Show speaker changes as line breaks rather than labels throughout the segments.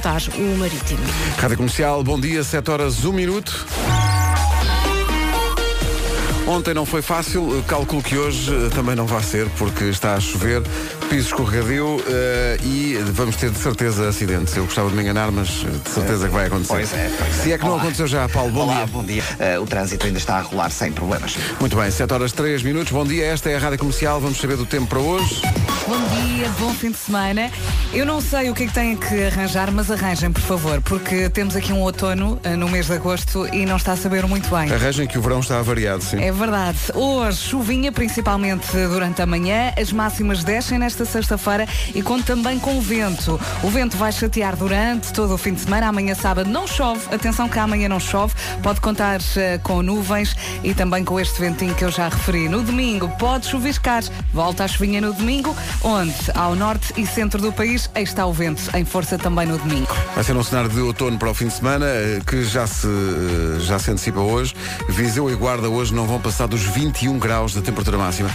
disputar o Marítimo.
Rádio Comercial, bom dia, 7 horas 1 minuto. Ontem não foi fácil, eh, cálculo que hoje eh, também não vai ser, porque está a chover, piso escorregadio eh, e vamos ter de certeza acidentes. Eu gostava de me enganar, mas eh, de certeza que vai acontecer.
Pois é, pois é.
Se é que não
Olá.
aconteceu já, Paulo, bom
Olá,
dia.
bom dia. Eh, o trânsito ainda está a rolar sem problemas.
Muito bem, 7 horas 3 minutos, bom dia, esta é a Rádio Comercial, vamos saber do tempo para hoje.
Bom dia, bom fim de semana. Eu não sei o que é que têm que arranjar, mas arranjem, por favor, porque temos aqui um outono eh, no mês de agosto e não está a saber muito bem.
Arranjem que o verão está variado, sim.
É verdade. Hoje, chuvinha, principalmente durante a manhã. As máximas descem nesta sexta-feira e conto também com o vento. O vento vai chatear durante todo o fim de semana. Amanhã, sábado, não chove. Atenção que amanhã não chove. Pode contar eh, com nuvens e também com este ventinho que eu já referi. No domingo, pode chuviscar. Volta a chuvinha no domingo, onde, ao norte e centro do país, aí está o vento, em força também no domingo.
Vai ser um cenário de outono para o fim de semana eh, que já se, eh, já se antecipa hoje. Viseu e Guarda hoje não vão passar dos 21 graus de temperatura máxima.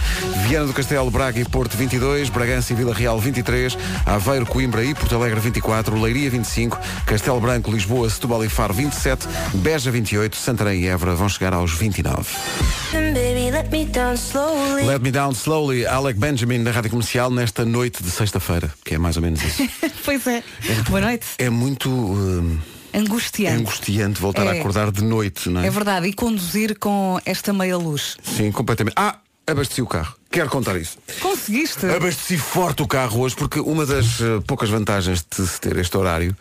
Viana do Castelo, Braga e Porto 22, Bragança e Vila Real 23, Aveiro, Coimbra e Porto Alegre 24, Leiria 25, Castelo Branco, Lisboa, Setúbal e Faro 27, Beja 28, Santarém e Évora vão chegar aos 29.
And baby, let me down slowly.
Let Me Down Slowly, Alec Benjamin na Rádio Comercial nesta noite de sexta-feira, que é mais ou menos isso.
pois é. Boa noite.
É muito eh,
Angustiante.
angustiante voltar a
É.
acordar de noite, não
É verdade, e conduzir com esta meia luz.
Sim, completamente. Ah, abasteci o carro. Quero contar isso.
Conseguiste?
Abasteci forte o carro hoje porque uma das eh, poucas vantagens de se ter este horário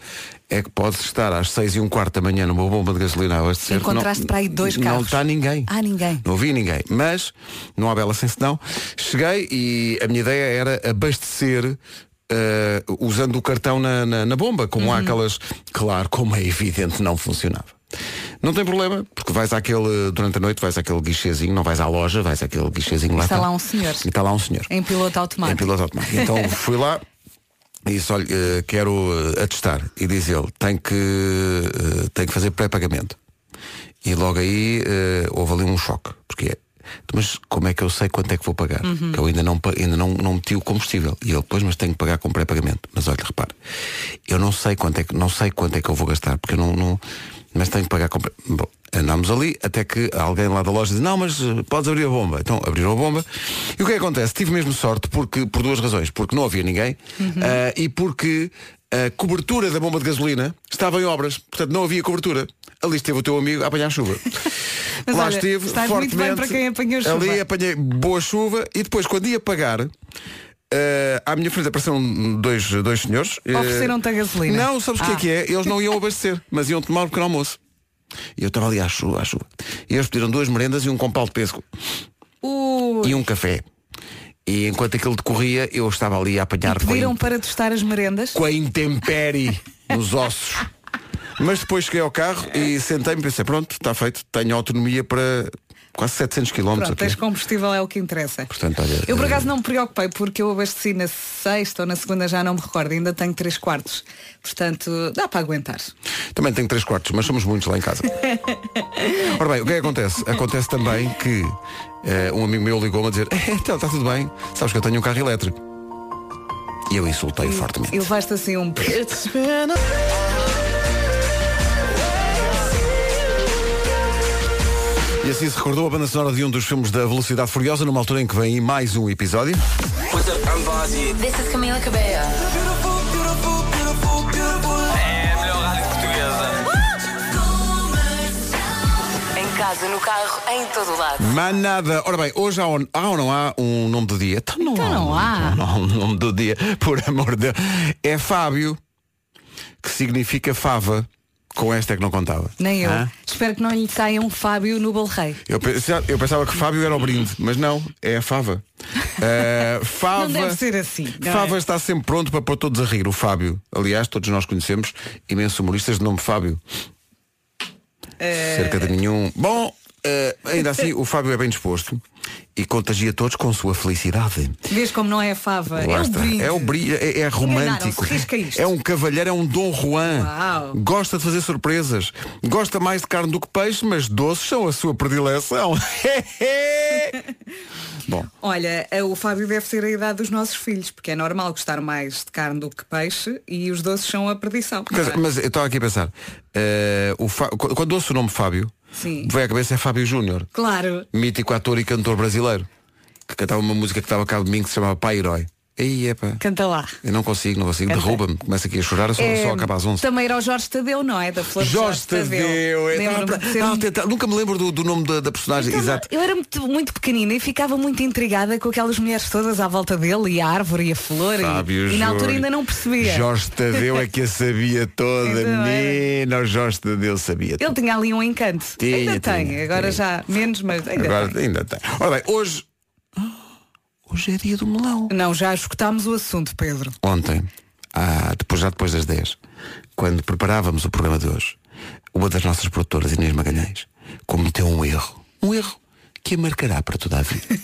é que podes estar às seis e um quarto da manhã numa bomba de gasolina a abastecer.
Encontraste para aí dois
Não
carros.
está ninguém.
Ah, ninguém.
Não vi ninguém. Mas, não há bela sem senão, cheguei e a minha ideia era abastecer eh, usando o cartão na, na- na bomba, como
Uhum.
há aquelas, claro, como é evidente, não funcionava. Não tem problema, porque vais àquele, durante a noite vais àquele guichezinho, não vais à loja, vais àquele guichezinho lá.
está
tá-
lá um senhor.
E está lá um senhor.
Em piloto
Em
automático.
piloto automático. Então fui lá e disse, olha, eh, quero eh, atestar. E diz ele, tem que, eh, tem que fazer pré-pagamento. E logo aí eh, houve ali um choque, porque é, mas como é que eu sei quanto é que vou pagar? Que eu ainda, não, pa- ainda não, não meti o combustível. E ele, pois, mas tenho que pagar com pré-pagamento. Mas olha, repare, eu não sei quanto é que, não sei quanto é que eu vou gastar, porque eu não, não- mas tenho que pagar com pré- Bom, andámos ali até que alguém lá da loja disse, não, mas eh, podes abrir a bomba. Então abriram a bomba. E o que é que acontece? Tive mesmo sorte porque, por duas razões. Porque não havia ninguém
Uhum.
ah, e porque a cobertura da bomba de gasolina estava em obras. Portanto, não havia cobertura. Ali esteve o teu amigo a apanhar chuva.
Mas
Lá
olha,
estive,
estás muito
fortemente.
bem para quem apanhou chuva.
Ali apanhei boa chuva e depois, quando ia pagar, eh, à minha frente apareceram dois, dois senhores. eh,
Ofereceram-te a gasolina?
Não, sabes o que é
Ah.
que é? Eles não iam abastecer, mas iam tomar um pequeno almoço. E eu estava ali à chuva, à chuva. E eles pediram duas merendas e um compal de pesco
Ui,
e um café. E enquanto aquilo decorria, eu estava ali a apanhar com a
pediram para testar as merendas.
com a intempérie nos ossos. Mas depois cheguei ao carro e sentei-me e pensei, pronto, está feito, tenho autonomia para quase 700 km.
Pronto, tens combustível é o que interessa.
Portanto, olha,
eu por
eh,
acaso não me preocupei porque eu abasteci na sexta ou na segunda, já não me recordo, ainda tenho três quartos. Portanto, dá para aguentar.
Também tenho 3 quartos, mas somos muitos lá em casa. Ora bem, o que é que acontece? Acontece também que eh, um amigo meu ligou-me a dizer, "Eh, então está tudo bem, sabes que eu tenho um carro elétrico. E eu insultei fortemente.
E levaste assim um.
E assim se recordou a banda sonora de um dos filmes da Velocidade Furiosa, numa altura em que vem aí mais um episódio.
This is Camila Cabello.
É
Em casa, no carro, em todo lado.
Manada. Ora bem, hoje há ou, há ou não há um nome do dia? Então não,
Então não há.
Não há um nome do dia, por amor de Deus. É Fábio, que significa fava. Com esta é que não contava.
Nem eu.
Hã?
Espero que não lhe saia um Fábio no Balrei.
Eu pensava, eu pensava que Fábio era o brinde, mas não, é a fava. Eh, fava
Não deve ser assim, não é?
Fava está sempre pronto para pôr todos a rir. O Fábio, aliás, todos nós conhecemos
Eh,
imensos humoristas de nome Fábio. Cerca de nenhum. Bom, eh, ainda assim, o Fábio é bem disposto e contagia todos com sua felicidade.
Vês como não é a fava.
Lá
é o
está.
brinde.
é o brilho, é, é romântico.
Enganaram-se, risca isto.
É um cavalheiro, é um Dom Juan.
Uau.
Gosta de fazer surpresas. Gosta mais de carne do que peixe, mas doces são a sua predileção. Bom,
Olha, eh, o Fábio deve ser a idade dos nossos filhos, porque é normal gostar mais de carne do que peixe e os doces são a perdição.
quer dizer, mas eu estava aqui a pensar. eh, o Fá- qu- Quando ouço o nome Fábio,
Sim.
vem à cabeça é Fábio Júnior,
Claro.
mítico ator e cantor brasileiro, que cantava uma música que estava cá domingo que se chamava Pai Herói. Aí, epa.
Canta lá.
Eu não consigo, não consigo.
Canta.
Derruba-me. Começa aqui a chorar, só,
É,
só acaba às 11.
Também era o Jorge Tadeu, não é? Da Flor de
Jorge Tadeu. é Eu
Lembro-me
tava-
de ser
tava
um-
a tentar- Nunca me lembro do, do nome da, da personagem.
Então,
Exato.
Eu era muito, muito pequenina e ficava muito intrigada com aquelas mulheres todas à volta dele e a árvore e a flor e-
Fábio
e, na altura
Jorge.
ainda não percebia.
Jorge Tadeu é que a sabia toda,
Então era.
menina. O Jorge Tadeu sabia
Ele
tudo.
tinha ali um encanto.
Tinha,
ainda tem,
tinha, tinha.
agora já menos, mas ainda
Agora
tem. Oh.
ainda tem. Ora bem, hoje. Hoje é dia do melão.
Não, já escutámos o assunto, Pedro.
Ontem, ah, depois, já depois das 10, quando preparávamos o programa de hoje, uma das nossas produtoras, Inês Magalhães, cometeu um erro. Um erro que a marcará para toda a vida.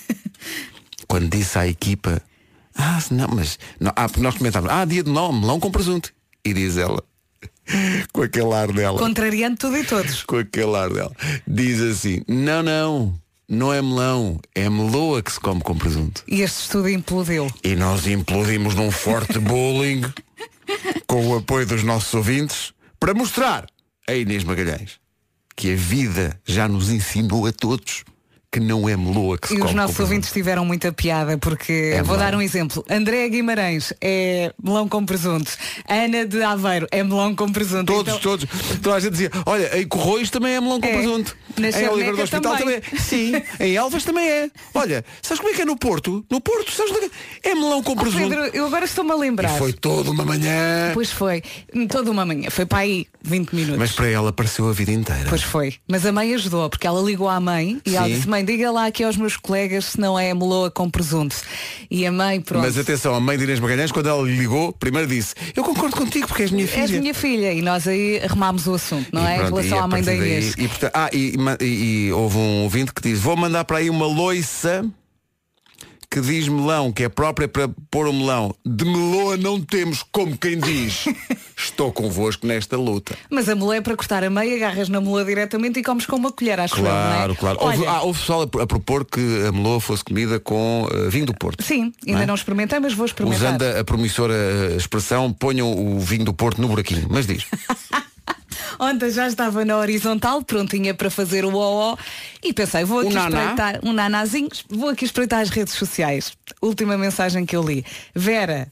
quando disse à equipa, ah, não, mas não, ah, porque nós comentávamos, ah, dia de melão, melão com presunto. E diz ela, com aquele ar dela,
Contrariando tudo e todos.
com aquele ar dela, diz assim, não, não, não é melão, é meloa que se come com presunto.
E este estudo implodeu.
E nós implodimos num forte bullying com o apoio dos nossos ouvintes para mostrar a Inês Magalhães que a vida já nos ensinou a todos que não é meloa que se
E os
come
nossos
com
ouvintes tiveram muita piada porque
É
vou
melão.
dar um exemplo. André Guimarães é melão com presunto. Ana de Aveiro é melão com presunto.
Todos,
Então,
todos. Toda a gente dizia, olha, em Corroios também é melão com
É.
presunto.
Na
em Oliver do
Charneca
Hospital também.
também.
é. Sim, em Elvas também é. Olha, sabes como é que é no Porto? No Porto, sabes como é que é? É melão com presunto.
Pedro, eu agora estou-me a
E
lembrar.
foi toda uma manhã.
Pois foi, toda uma manhã. Foi para aí 20 minutos.
Mas para ela apareceu a vida inteira.
Pois foi. Mas a mãe ajudou, porque ela ligou à mãe e ela
Sim.
disse, mãe, diga lá aqui aos meus colegas se não é meloa com presunto. E a mãe, pronto.
Mas atenção, a mãe de Inês Magalhães, quando ela lhe ligou, primeiro disse, eu concordo contigo porque és minha filha.
És "É minha filha e nós aí arrumámos o assunto, não
E
é?
pronto,
em relação
e a
à mãe da
partir daí-
Inês.
e, portanto- ah, e, ma- e- e houve um ouvinte que diz, vou mandar para aí uma loiça que diz melão, que é própria para pôr o melão. De meloa não temos, como quem diz. Estou convosco nesta luta.
Mas a meloa é para cortar a meia, agarras na meloa diretamente e comes com uma colher, acho eu, não
Claro,
é?
claro.
Olha,
Houve, ah, houve pessoal a, a propor que a meloa fosse comida com eh, vinho do Porto.
Sim, ainda
Não
não,
é?
experimentei, mas vou experimentar.
Usando a, a promissora eh, expressão, ponham o vinho do Porto no buraquinho. Mas diz.
Ontem já estava na horizontal, prontinha para fazer o OO e pensei, vou
O
aqui
naná?
espreitar um nanazinho, vou aqui espreitar as redes sociais. Última mensagem que eu li. Vera,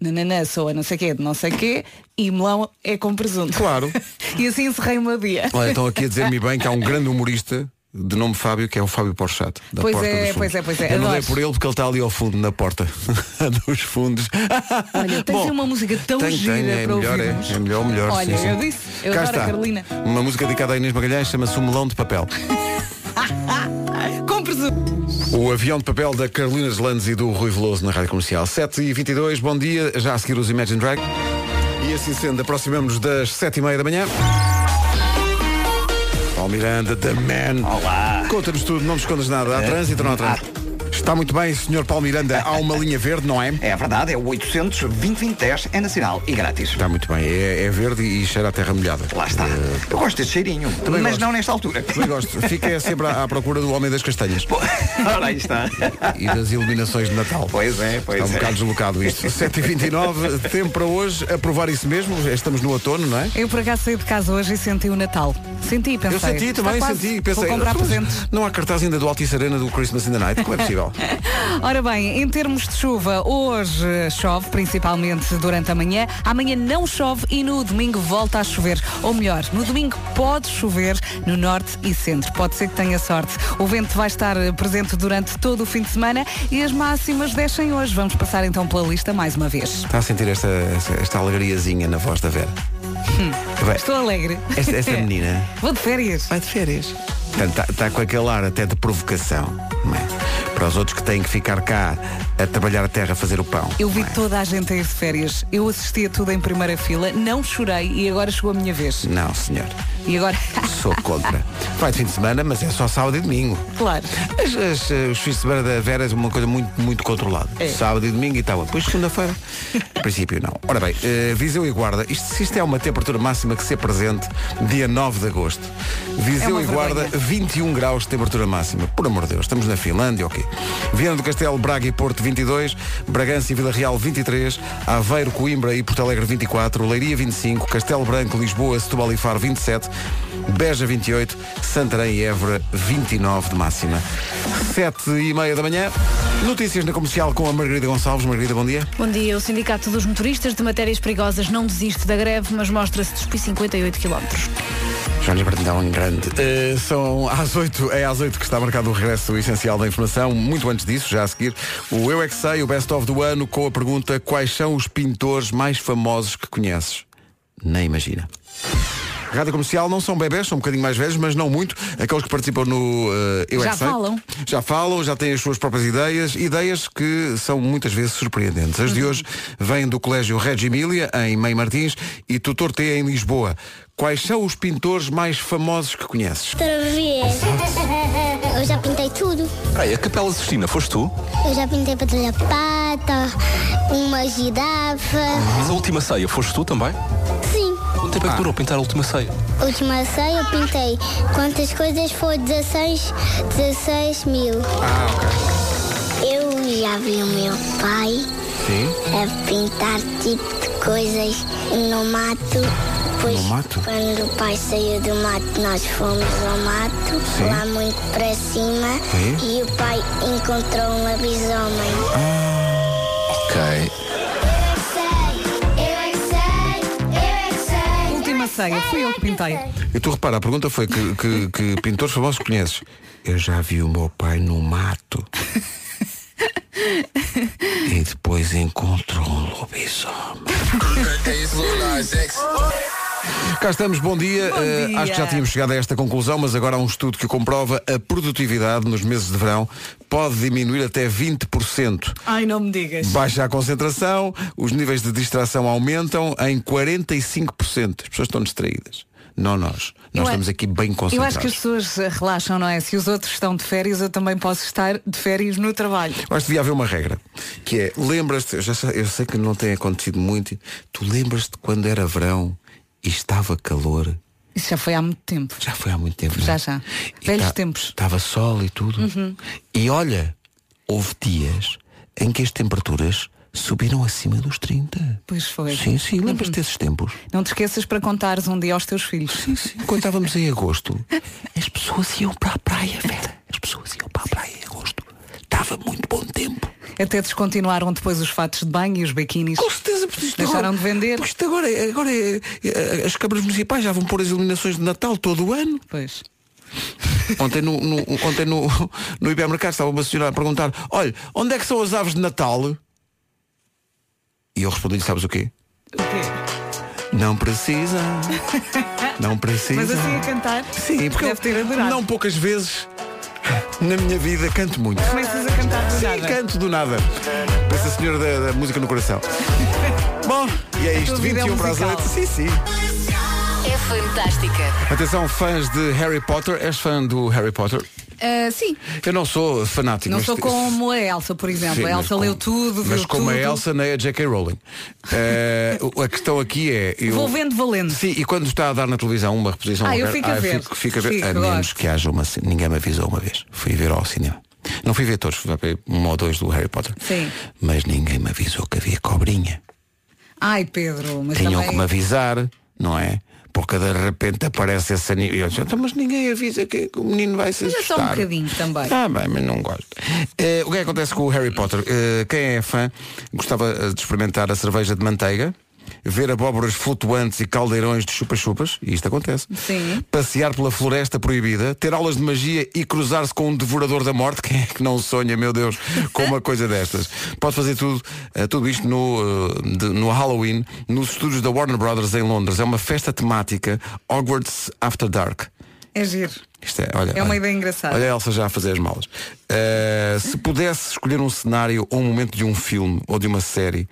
nananã sou a não sei quê, de não sei quê, e melão é com presunto.
Claro.
e assim encerrei o meu dia.
Olha, estão aqui a dizer-me bem que há um grande humorista de nome Fábio, que é o Fábio Porchat. da
Pois
Porta
é,
dos Fundos.
pois é, pois é,
Eu não dei
adoro.
por ele porque ele está ali ao fundo, na porta dos fundos.
Olha, tens
Bom,
aí uma música tão
tem,
gira
tem, é
para
melhor,
ouvirmos.
É, é melhor, melhor.
Olha,
sim, sim.
eu disse, eu
Cá
adoro a
está.
Carolina.
Uma música dedicada a Inês Magalhães chama-se O Melão de Papel.
Com presunto.
O avião de papel da Carolina Landes e do Rui Veloso na Rádio Comercial. 7h22, bom dia. Já a seguir os Imagine Drag. E assim sendo, aproximamos das 7h30 da manhã. Paulo Miranda, The Man.
Olá.
Conta-nos tudo, não nos escondas nada. Há trânsito ou não há trânsito? Está muito bem, Sr. Paulo Miranda. Há uma linha verde, não é?
É verdade, é o 800 2010 é nacional e grátis.
Está muito bem. É, é verde e cheira a terra molhada.
Lá está. Eu gosto deste cheirinho,
também
mas
gosto.
não nesta altura.
Também gosto. Fica sempre à, à procura do Homem das Castanhas
Ora, aí está.
e das iluminações de Natal.
Pois é, pois
Está um
é.
bocado deslocado isto. 7h29, tempo para hoje aprovar isso mesmo. Já Estamos no outono, não é?
Eu por acaso saí de casa hoje e senti o Natal. Senti, pensei.
Eu senti
está
também,
quase,
senti. Pensei,
vou comprar
"Mas
presentes.
não há cartaz ainda do Altice Arena do Christmas in the Night. Como é possível?
Ora bem, em termos de chuva, hoje eh, chove, principalmente durante a manhã. Amanhã não chove e no domingo volta a chover. Ou melhor, no domingo pode chover no norte e centro. Pode ser que tenha sorte. O vento vai estar eh, presente durante todo o fim de semana e as máximas descem hoje. Vamos passar então pela lista mais uma vez.
Está a sentir esta, esta, esta alegriazinha na voz da Vera?
Hum.
Bem,
Estou alegre.
esta- esta é menina
Vou de férias.
Vai de férias. tá, Está com aquele ar até de provocação. não é? Para os outros que têm que ficar cá a trabalhar a terra, a fazer o pão.
Eu vi
não é?
toda a gente a ir de férias. Eu assisti a tudo em primeira fila, não chorei e agora chegou a minha vez.
Não, senhor.
E agora,
Sou contra. Vai de fim de semana, mas é só sábado e domingo.
claro.
As- as, eh, os fins de semana da Vera é uma coisa muito, muito controlada.
É.
Sábado e domingo e tal. Depois segunda-feira. a princípio não. Ora bem, eh, Viseu e Guarda. Isto, isto é uma temperatura máxima que se apresente dia 9 de agosto.
É
Viseu
uma
e Guarda,
vergonha.
21 graus de temperatura máxima. Por amor de Deus, estamos na Finlândia, ok. Viana do Castelo, Braga e Porto, 22. Bragança e Vila Real, 23. Aveiro, Coimbra e Porto Alegre, 24. Leiria, 25. Castelo Branco, Lisboa, Setúbal e Faro, 27. Beja, 28. Santarém e Évora, 29 de máxima. 7 e meia da manhã. Notícias na comercial com a Margarida Gonçalves. Margarida, bom dia.
Bom dia. O Sindicato dos Motoristas de Matérias Perigosas não desiste da greve, mas mostra-se despir 58 km.
Já lhe perdão em grande. Eh, são às 8, é às 8 que está marcado o regresso essencial da informação. Muito antes disso, já a seguir, o Eu é que sei, o best of do ano, com a pergunta quais são os pintores mais famosos que conheces? Nem imagina. Rádio Comercial não são bebés, são um bocadinho mais velhos, mas não muito. Aqueles que participam no eh, Eu é
Já
que sei.
falam.
Já falam, já têm as suas próprias ideias, ideias que são muitas vezes surpreendentes. As de
Uhum.
hoje vêm do Colégio Regi Emília, em Mãe Martins, e Tutor T em Lisboa. Quais são os pintores mais famosos que conheces?
Outra vez. Eu já pintei tudo.
Ai, a Capela Sistina, foste tu?
Eu já pintei patrulha pata, uma girafa.
Mas a última ceia, foste tu também?
Sim.
Quanto
Ah.
tempo é que durou pintar a última ceia?
A Última ceia eu pintei. Quantas coisas foi 16, 16 mil.
Ah, ok.
Eu já vi o meu pai
Sim.
a É pintar tipo de coisas no mato. Pois
No mato?
quando o pai saiu do mato, nós fomos ao mato,
Sim.
lá muito para cima,
Sim. Ah.
e o pai encontrou um lobisomem.
Ok.
é
Última ceia, fui eu que pintei.
E tu repara, a pergunta foi que, que- que pintores famosos conheces? Eu já vi o meu pai no mato. e depois encontrou um lobisomem. Cá estamos, bom dia.
Bom
Eh,
dia.
acho que já tínhamos chegado a esta conclusão, mas agora há um estudo que comprova a produtividade nos meses de verão pode diminuir até 20%.
Ai, não me digas.
Baixa a concentração, os níveis de distração aumentam em 45%. As pessoas estão distraídas. Não nós. Nós
Eu a-
estamos aqui bem
Eu
concentrados.
acho que as pessoas eh, relaxam, não é? Se os outros estão de férias, eu também posso estar de férias no trabalho.
Eu acho que devia haver uma regra, que é, lembras-te, eu, já sei- eu sei que não tem acontecido muito, tu lembras-te quando era verão e estava calor,
Isso já foi há muito tempo.
já foi há muito tempo. não é?
Já, já.
E
Velhos
ta-
tempos. Uhum.
Estava sol e tudo. E olha, houve dias em que as temperaturas subiram acima dos 30.
Pois foi. Uhum.
Sim, sim, lembras-te desses tempos?
Não te esqueças para contares um dia aos teos filhos.
Sim, sim. Quando estávamos em agosto, as pessoas iam para a praia, Vera. As pessoas iam para a praia em agosto. Estava muito bom tempo.
Até descontinuaram depois os fatos de banho e os biquinis.
Com certeza, porque isto
Deixaram
agora-
de vender.
Porque isto agora, é- agora é- é- as câmaras municipais já vão pôr as iluminações de Natal todo o ano.
Pois.
Ontem no, no- ontem no, no hipermercado estava uma senhora a perguntar, olha, onde é que são as aves de Natal? E eu respondi-lhe, sabes o quê?
O quê?
Não precisa. Não precisa.
Mas assim a cantar?
Sim, porque
deve ter
eu
adorado.
não poucas vezes na minha vida canto muito.
Começas a cantar do
Sim,
nada.
canto do nada. Parece a senhora da, da música no coração. Bom, e é isto,
tua vida é
21 para as
musical.
8. Sim, sim.
É fantástica.
Atenção, fãs de Harry Potter. És fã do Harry Potter?
Ah, sim.
Eu não sou fanático.
Não
mas- tipo,
sou como a Elsa, por exemplo.
Sim,
a
mas
Elsa
como-
leu tudo, viu
Mas como
tudo.
a Elsa, nem a J.K. Rowling. Eh, o- a questão aqui é. Eu...
Vou vendo valendo.
Sim, e quando está a dar na televisão uma reposição
Ah, eu
qualquer,
fico a ver.
Fico, fico a ver.
Fico,
a menos
gosto.
que haja uma. ce- Ninguém me avisou uma vez. Fui ver ao cinema. Não fui ver todos, fui ver um ou dois do Harry Potter.
Sim.
Mas ninguém me avisou que havia cobrinha.
Ai, Pedro, mas
Tinham que
também...
me avisar, não é? Porque de repente aparece esse anime. Eu disse, "Então, mas ninguém avisa que que o menino vai se
Mas é só um
assustar.
bocadinho também.
Ah, bem, mas não gosto. Eh, o que é que acontece com o Harry Potter? Eh, quem é fã gostava eh, de experimentar a cerveja de manteiga, ver abóboras flutuantes e caldeirões de chupa-chupas, e isto acontece.
Sim.
Passear pela floresta proibida, ter aulas de magia e cruzar-se com um devorador da morte. Quem é que não sonha, meu Deus, com uma coisa destas? Pode fazer tudo, eh, tudo isto no, eh, de- no Halloween, nos estúdios da Warner Brothers em Londres. É uma festa temática, Hogwarts After Dark.
É giro.
Isto é, olha,
É uma
olha.
ideia engraçada.
Olha a Elsa já a fazer as malas. Uh, se pudesse escolher um cenário ou um momento de um filme ou de uma série,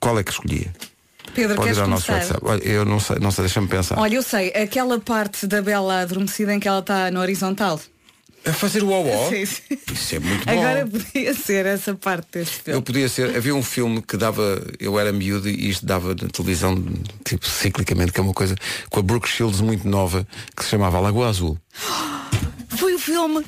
qual é que escolhia?
Pedro,
Pode ir
queres
ao nosso
começar?
WhatsApp. Olha, eu não sei, não sei, deixa-me pensar.
Olha, eu sei, aquela parte da Bela adormecida em que ela está na horizontal.
A fazer o OO?
Sim, sim.
Isso é muito bom.
Agora podia ser essa parte desse
Eu
filme.
podia ser, havia um filme que dava, eu era miúdo e isto dava na televisão, tipo, ciclicamente, que é uma coisa, com a Brooke Shields muito nova, que se chamava Lagoa Azul.
Foi o filme.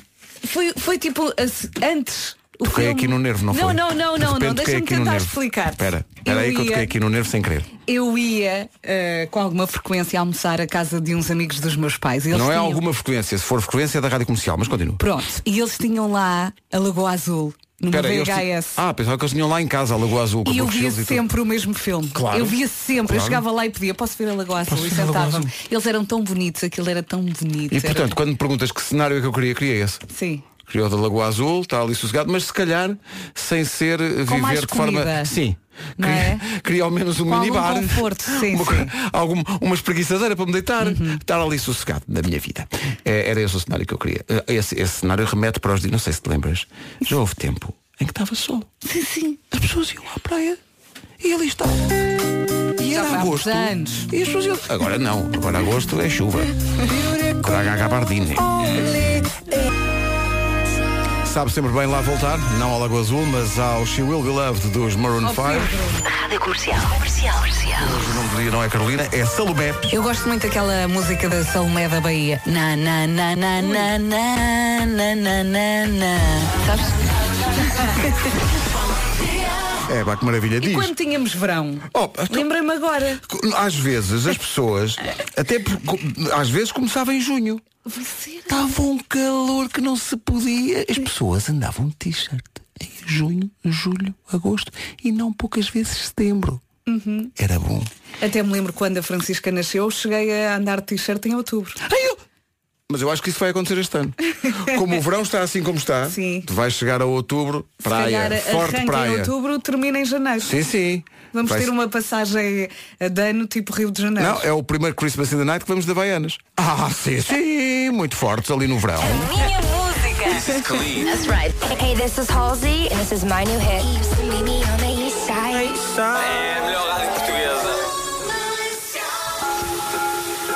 Foi, foi tipo as- antes. O
Toquei
filme...
aqui no nervo, não
Não,
foi?
não, não,
De
não,
repente toquei
não. Deixa-me
aqui no
tentar
nervo.
explicar.
Espera, espera aí que eu toquei aqui no nervo sem querer.
Eu ia eh, com alguma frequência almoçar à casa de uns amigos dos meus pais. Eles
não é
tinham-
alguma frequência, se for frequência é da rádio comercial, mas continua.
Pronto, e eles tinham lá a Lagoa Azul, numa
Espera, eles-
VHS.
Ah, pensava que eles tinham lá em casa a Lagoa Azul com a
E eu
Brooke
via
Shields e tudo.
sempre o mesmo filme.
Claro.
Eu via sempre.
Claro.
Eu chegava lá e pedia, posso ver a Lagoa Azul? E
ver a Lagoa
sentava-me. Eles eram tão bonitos, aquilo era tão bonito.
E
era-
portanto, quando me perguntas que cenário é que eu queria, queria esse.
Sim.
Queria o da Lagoa Azul, está ali sossegado, mas se calhar sem ser eh,
Com mais
viver de forma.
comida.
Sim.
Não
Queria,
é?
queria ao menos um
Com algum
minibar.
conforto, sim, Uhum.
uma,
sim.
coisa- algum- uma espreguiçadeira para me deitar. Estar ali sossegado na minha vida. É, era esse o cenário que eu queria. Eh, Esse, esse cenário remete para os dias. Não sei se te lembras. Já houve tempo em que estava sol.
Sim, sim.
As pessoas iam à praia e ali estava. E
Já
era
foi há
agosto.
muitos anos.
E as pessoas iam... Agora não. Agora agosto é chuva. Agora há gabardine. Sabe sempre bem lá voltar, não ao Lago Azul, mas ao She Will Be Loved dos Maroon 5.
Rádio Comercial. Comercial. Comercial.
Hoje o nome do dia não é Carolina, é Salomé.
Eu gosto muito daquela música da Salomé da Bahia. Na, na, na, na, na, na, na, na, na, na. Sabes?
É, pá, que maravilha. Diz.
Quando tínhamos verão.
Oh, então-
Lembrei-me agora.
Às vezes as pessoas, até por- às vezes começava em junho. Estava um calor que não se podia. As pessoas andavam de t-shirt em junho, julho, agosto e não poucas vezes setembro.
Uhum.
Era bom.
Até me lembro quando a Francisca nasceu, cheguei a andar de t-shirt em outubro.
Ai, eu- Mas eu acho que isso vai acontecer este ano. Como o verão está assim como está,
Sim.
tu vais chegar a outubro, praia,
Se calhar
forte
arranca em
praia.
outubro, termina em janeiro.
Sim, sim.
Vamos
Vai-
ter uma passagem a dano tipo Rio de Janeiro.
Não, é o primeiro Christmas in the Night que vamos de Havaianas. Ah, sim, sim, muito fortes ali no verão.
Minha música.
That's right. Hey, this is Halsey, and this is my new hit.
É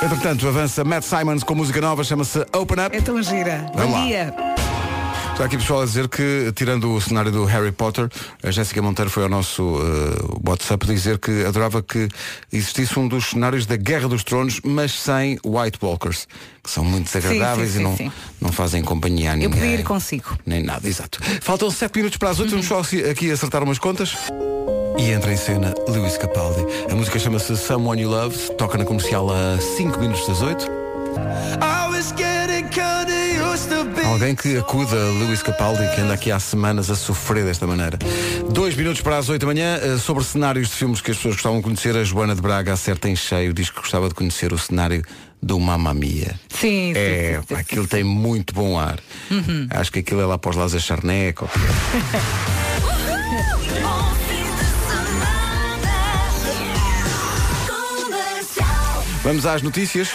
Entretanto, avança Matt Simons com música nova, chama-se Open Up.
É tão gira.
Vamos lá.
Bom dia.
Está aqui pessoal a dizer que, tirando o cenário do Harry Potter, a Jéssica Monteiro foi ao nosso eh, WhatsApp dizer que adorava que existisse um dos cenários da Guerra dos Tronos, mas sem White Walkers, que são muito desagradáveis
sim,
e não,
sim.
não fazem companhia a ninguém.
Eu podia ir consigo.
Nem nada, exato. Faltam 7 minutos para as 8, vamos só aqui- aqui acertar umas contas. E entra em cena Lewis Capaldi. A música chama-se Someone You Love, toca na comercial a 5 minutos das 8. Alguém que acuda a Lewis Capaldi, que anda aqui há semanas a sofrer desta maneira. Dois minutos para as 8 da manhã, eh, sobre cenários de filmes que as pessoas gostavam de conhecer, a Joana de Braga acerta em cheio, diz que gostava de conhecer o cenário do Mamma Mia.
Sim, sim,
É,
sim, sim,
pá, aquilo tem muito bom ar.
Uhum.
Acho que aquilo é lá para os Lázaro Charneco. Vamos às notícias.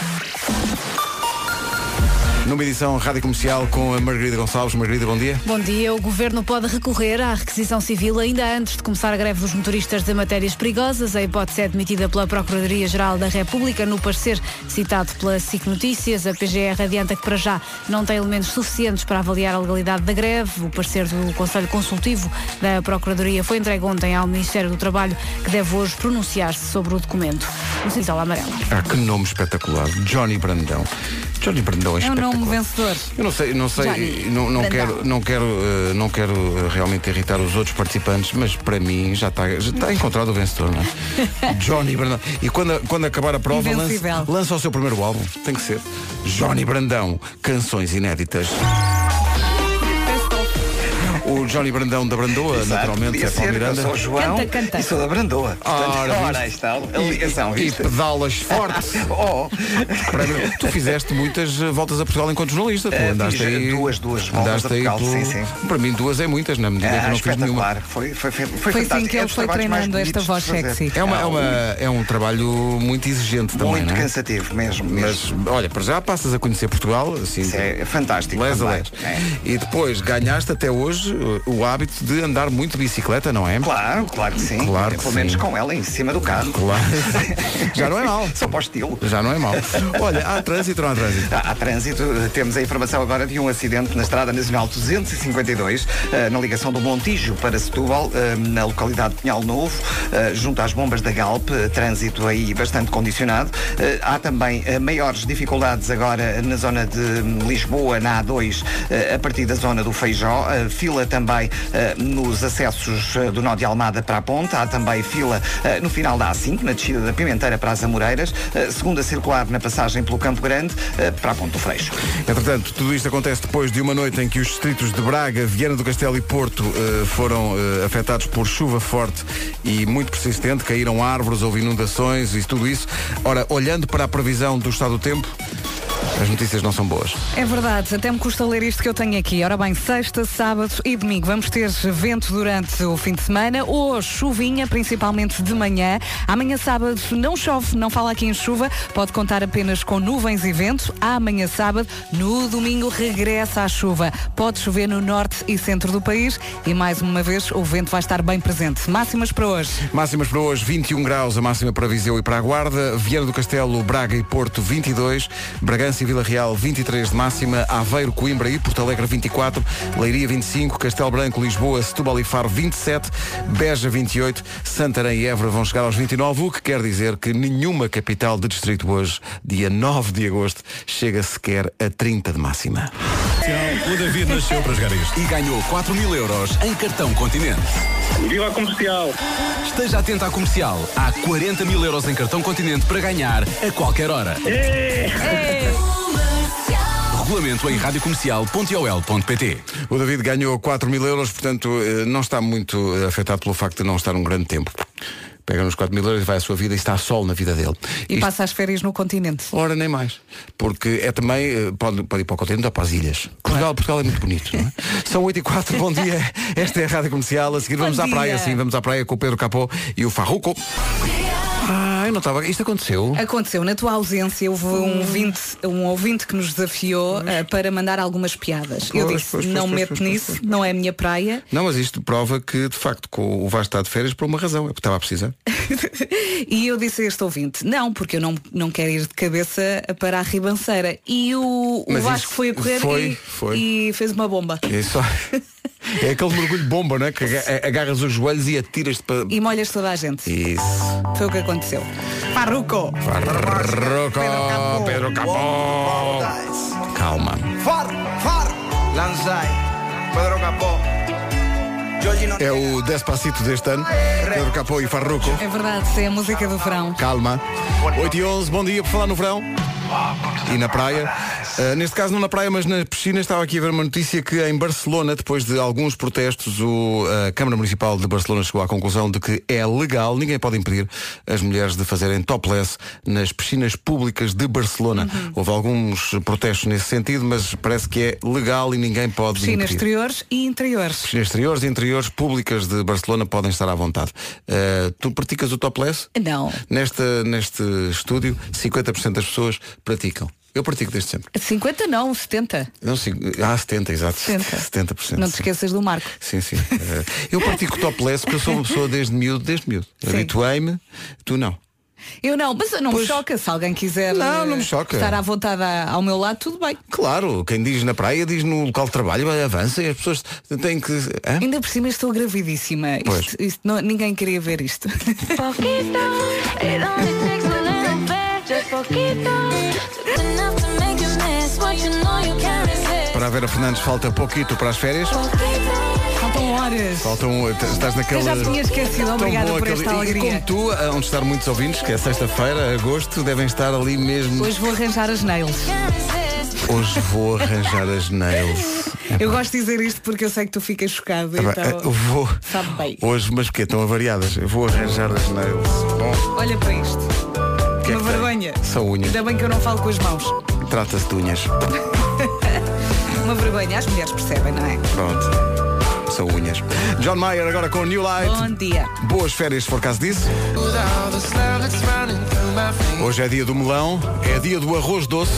Numa edição Rádio Comercial com a Margarida Gonçalves. Margarida, bom dia.
Bom dia. O governo pode recorrer à requisição civil ainda antes de começar a greve dos motoristas de matérias perigosas. A hipótese é admitida pela Procuradoria-Geral da República no parecer citado pela SIC Notícias. A PGR adianta que para já não tem elementos suficientes para avaliar a legalidade da greve. O parecer do Conselho Consultivo da Procuradoria foi entregue ontem ao Ministério do Trabalho, que deve hoje pronunciar-se sobre o documento. O sinal amarelo.
Ah, que nome espetacular. Johnny Brandão. Johnny Brandão é,
É um
espetacular.
nome vencedor.
Eu não sei, não sei,
Johnny
não, não
Brandão.
quero, não quero, eh, não quero eh, realmente irritar os outros participantes, mas para mim já está, já está encontrado o vencedor, não é? Johnny Brandão. E quando, quando acabar a prova, lança,
Invencível.
lança o seu primeiro álbum. Tem que ser. Johnny Brandão, canções inéditas. O Johnny Brandão da Brandoa,
Exato,
naturalmente,
podia
é Paulo
ser, eu
Miranda.
sou João
Canta, canta.
e sou da Brandoa. Portanto,
viste?
ora, aí está a ligação,
e, é e
viste?
pedalas forte.
Oh,
Para- tu fizeste muitas eh, voltas a Portugal enquanto jornalista. Tu
Eh,
andaste
fiz
aí,
duas- duas voltas
andaste
a Portugal,
aí
sim, sim.
Para mim duas é muitas, na medida que
ah,
eu não fiz nenhuma.
espetacular. Foi, foi, foi, foi,
Foi assim
fantástico.
que
É
ele
dos
foi
trabalhos mais
treinando esta
bonitos de
voz
se fazer.
sexy.
É, uma, é, uma- é um trabalho muito exigente também,
Muito
não é?
cansativo mesmo. mesmo.
Mas, olha, para já passas a conhecer Portugal, assim,
Isso é fantástico.
les a les.
fantástico. É.
E depois ganhaste até hoje uh, o hábito de andar muito de bicicleta, não é?
Claro, claro que sim.
Claro que
Pelo menos
sim.
com ela em cima do carro.
Claro. Já não é mal.
Só para o estilo.
Já não é mal. Olha, há trânsito ou não há trânsito?
Há, há trânsito, eh, temos a informação agora de um acidente na Estrada Nacional 252, eh, na ligação do Montijo para Setúbal, eh, na localidade de Pinhal Novo, eh, junto às bombas da Galp, eh, trânsito aí bastante condicionado. Eh, há também eh, maiores dificuldades agora na zona de hum, Lisboa, na A2, eh, a partir da zona do Feijó, eh, fila também eh, nos acessos eh, do Nó de Almada para a Ponta, há também fila eh, no final da A5, na descida da Pimenteira para as Amoreiras, eh, segunda circular na passagem pelo Campo Grande eh, para a Ponte do Freixo.
Entretanto, tudo isto acontece depois de uma noite em que os distritos de Braga, Viana do Castelo e Porto eh, foram eh, afetados por chuva forte e muito persistente, caíram árvores, houve inundações e tudo isso. Ora, olhando para a previsão do estado do tempo, as notícias não são boas.
É verdade, até me custa ler isto que eu tenho aqui. Ora bem, sexta, sábado e domingo vamos ter vento durante o fim de semana ou chuvinha, principalmente de manhã. Amanhã sábado não chove, não fala aqui em chuva, pode contar apenas com nuvens e vento. Amanhã sábado, no domingo regressa a chuva. Pode chover no norte e centro do país e mais uma vez o vento vai estar bem presente. Máximas para hoje.
Máximas para hoje, 21 graus, a máxima para Viseu e para a Guarda, Viana do Castelo, Braga e Porto, 22, Bragança e Vila Real, 23 de máxima, Aveiro, Coimbra e Porto Alegre, 24, Leiria, 25, Castelo Branco, Lisboa, Setúbal e Faro, 27, Beja, 28, Santarém e Évora vão chegar aos 29, o que quer dizer que nenhuma capital de distrito hoje, dia 9 de agosto, chega sequer a 30 de máxima.
Então, O David nasceu para jogar isto.
E ganhou 4 mil euros em cartão continente.
Viva a comercial!
Esteja atento à comercial. Há 40 mil euros em cartão continente para ganhar a qualquer hora.
É.
Regulamento em radiocomercial.ol.pt
O David ganhou 4 mil euros, portanto eh, não está muito eh, afetado pelo facto de não estar um grande tempo. Pega nos 4 mil euros, vai à sua vida e está sol na vida dele.
E
Isto-
passa as férias no continente.
Ora, nem mais. Porque é também, eh, pode, pode ir para o continente ou para as ilhas. Portugal, Portugal é muito bonito, não é? São 8 e 4, bom dia. Esta é a Rádio Comercial. A seguir vamos à
dia.
praia, sim, vamos à praia com o Pedro Capó e o Farruco. Ah, eu não estava. Isto aconteceu.
Aconteceu, na tua ausência houve um ouvinte, um ouvinte que nos desafiou eh, para mandar algumas piadas. Eu
Pois,
disse,
pois, pois,
não
pois,
me meto
pois, pois,
nisso,
pois.
não é a minha praia.
Não, mas isto prova que, de facto, com o Vasco está de férias por uma razão. É porque estava a precisar.
e eu disse a este ouvinte, não, porque eu não, não quero ir de cabeça para a ribanceira. E o, o
Mas
Vasco
isso
foi a correr
foi,
e,
foi.
e fez uma bomba.
É só. É aquele mergulho bomba, não é? Que aga- agarras os joelhos e atiras-te para.
E molhas toda a gente.
Isso.
Foi o que aconteceu. Farruco!
Barroco, Pedro Capó. Calma.
Far, far! Lanzai, Pedro Capó.
É o Despacito deste ano. Pedro Capó e Farruco.
É verdade, é a música do verão.
Calma. 8 e 11, bom dia por falar no verão. E na praia. Ah, neste caso não na praia, mas na piscina estava aqui a ver uma notícia que em Barcelona, depois de alguns protestos, o, a Câmara Municipal de Barcelona chegou à conclusão de que é legal, ninguém pode impedir as mulheres de fazerem topless nas piscinas públicas de Barcelona. Houve alguns protestos nesse sentido, mas parece que é legal e ninguém pode
Piscinas
impedir.
exteriores e interiores.
Piscinas exteriores e interiores públicas de Barcelona podem estar à vontade. Ah, tu praticas o topless?
Não.
Nesta, neste estúdio, 50% das pessoas praticam. Eu pratico desde sempre.
50 não, 70.
Não, sim, há 70, exato.
70.
70%.
Não te
É sim.
esqueças do Marco.
Sim, sim. Eh, Eu pratico topless porque eu sou uma pessoa desde miúdo, desde miúdo.
Sim.
Habituei-me, tu não.
Eu não, mas não me choca. Se alguém quiser
Não,
eh,
não me choca.
estar à vontade a- ao meu lado, tudo bem.
Claro, quem diz na praia diz no local de trabalho, eh, avança e as pessoas têm que. Hã?
Ainda por cima estou gravidíssima.
Pois.
Isto, isto não- ninguém queria ver isto.
é
Para a Vera Fernandes falta pouquito para as férias.
Faltam horas.
Faltam. eh, Estás naquela.
Eu já tinha esquecido.
é Tão
Obrigada
boa
por esta
aquele- E, e como
alegria.
tu, eh, onde estar muitos ouvintes, que é sexta-feira, agosto, devem estar ali mesmo.
Hoje vou arranjar as nails.
Hoje vou arranjar as nails.
Eu gosto de dizer isto porque eu sei que tu ficas chocado.
É pá,
então,
eh, eu vou.
Sabe bem.
Hoje, mas que estão avariadas. Eu vou arranjar as nails. Bom,
Olha para isto.
que é que tem?
Uma vergonha.
São unhas.
Ainda bem que eu não falo com as mãos.
trata-se de unhas.
Uma vergonha. As mulheres percebem, não é?
Pronto. São unhas. John Mayer agora com New Light.
Bom dia.
Boas férias, se for caso disso. Hoje é dia do melão, é dia do arroz doce.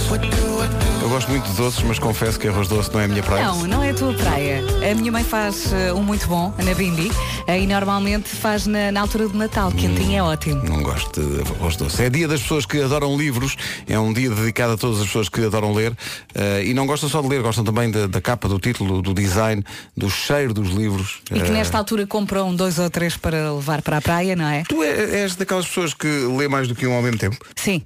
Eu gosto muito de doces, mas confesso que arroz doce não é a minha praia.
Não, não é a tua praia. A minha mãe faz eh, um muito bom, na Bindi, eh, e normalmente faz na, na altura do Natal.
Hum.
Quentinho é ótimo.
Não gosto de arroz doce. É dia das pessoas que adoram livros, é um dia dedicado a todas as pessoas que adoram ler eh, e não gostam só de ler, gostam também da, da capa, do título, do design, do cheiro dos livros.
E que
Eh,
nesta altura compram dois ou três para levar para a praia, não é?
Tu é- és daquelas pessoas que lê mais do que um ao mesmo tempo?
Sim.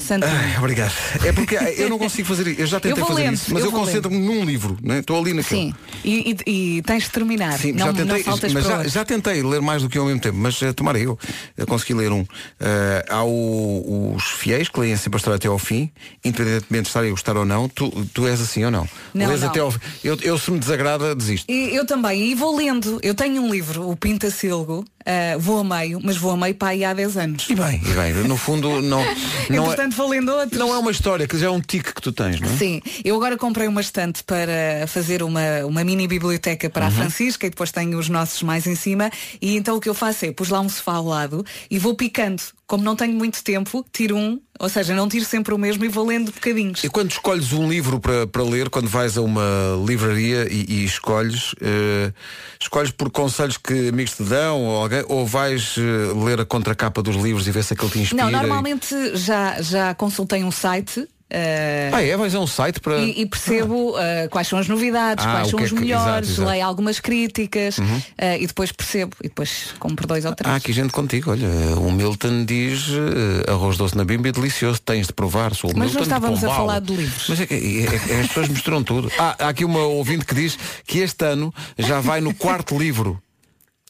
Santinho.
Ai, obrigado. É porque eu não consigo fazer isso. Eu já tentei
Eu vou
fazer
lendo,
isso, mas
eu
eu,
vou
concentro-me num livro, né? estou ali naquele.
Sim. E, e- e tens de terminar.
Sim, já
não, não
tentei,
faltas
mas
para
já,
outro.
já tentei ler mais do que eu ao mesmo tempo, mas eh, tomara eu. Eu consegui ler um. Eh, há o- os fiéis que leem sempre a história até ao fim, independentemente de estarem a gostar ou não, tu, tu és assim ou não.
Não,
Lês
não.
até ao fim. Eu, eu se me desagrada, desisto.
E eu também, e vou lendo. Eu tenho um livro, o Pinta Silgo, ah, vou a meio, mas vou a meio para aí há 10 anos.
E bem, e bem, no fundo não,
eu,
não, é,
portanto, vou lendo outro.
não é uma história, que já é um tique que tu tens, não é?
Sim, eu agora comprei uma estante para fazer uma, uma mini biblioteca para
Uhum.
a Francisca e depois tenho os nossos mais em cima e então o que eu faço é pus lá um sofá ao lado e vou picando. Como não tenho muito tempo, tiro um, ou seja, não tiro sempre o mesmo e vou lendo bocadinhos.
E quando escolhes um livro para, para ler, quando vais a uma livraria e, e escolhes, eh, escolhes por conselhos que amigos te dão ou alguém, ou vais eh, ler a contracapa dos livros e ver se aquele te inspira?
Não,
e-
normalmente já, já consultei um site. ah,
Ah, é? Vais a um site para.
E, e percebo ah, quais são as novidades,
Ah,
quais
o
são
que é
os
que-
melhores,
exato, Uhum. exato.
leio algumas críticas ah, e depois percebo e depois compro dois ou três.
Há Ah, aqui gente contigo, olha, o Milton diz eh, arroz doce na bimba é delicioso, tens de provar, sou o
Mas
Milton
não estávamos
de
a
Pombal.
falar de livros.
Mas é que é- é- é- as pessoas misturam tudo. Ah, há aqui uma ouvinte que diz que este ano já vai no quarto livro.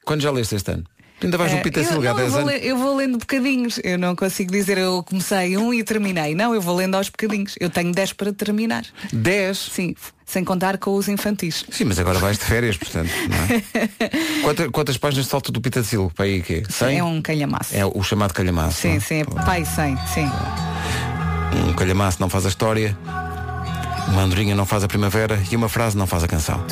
Quando já leste este ano? Tu ainda vais
Eh,
um no Pita
eu-
Silga há
não, eu
10
vou
anos.
le- Eu vou lendo bocadinhos. Eu não consigo dizer eu comecei um e terminei. Não, eu vou lendo aos bocadinhos. Eu tenho 10 para terminar.
10?
Sim, sem contar com os infantis.
Sim, mas agora vais de férias, portanto, não é? quantas, quantas páginas salta do Pita de Silva para aí quê? 100?
É um calhamaço.
É o chamado calhamaço. não
Sim,
é?
sim, é pai sem, sim.
Um calhamaço não faz a história, uma andorinha não faz a primavera e uma frase não faz a canção.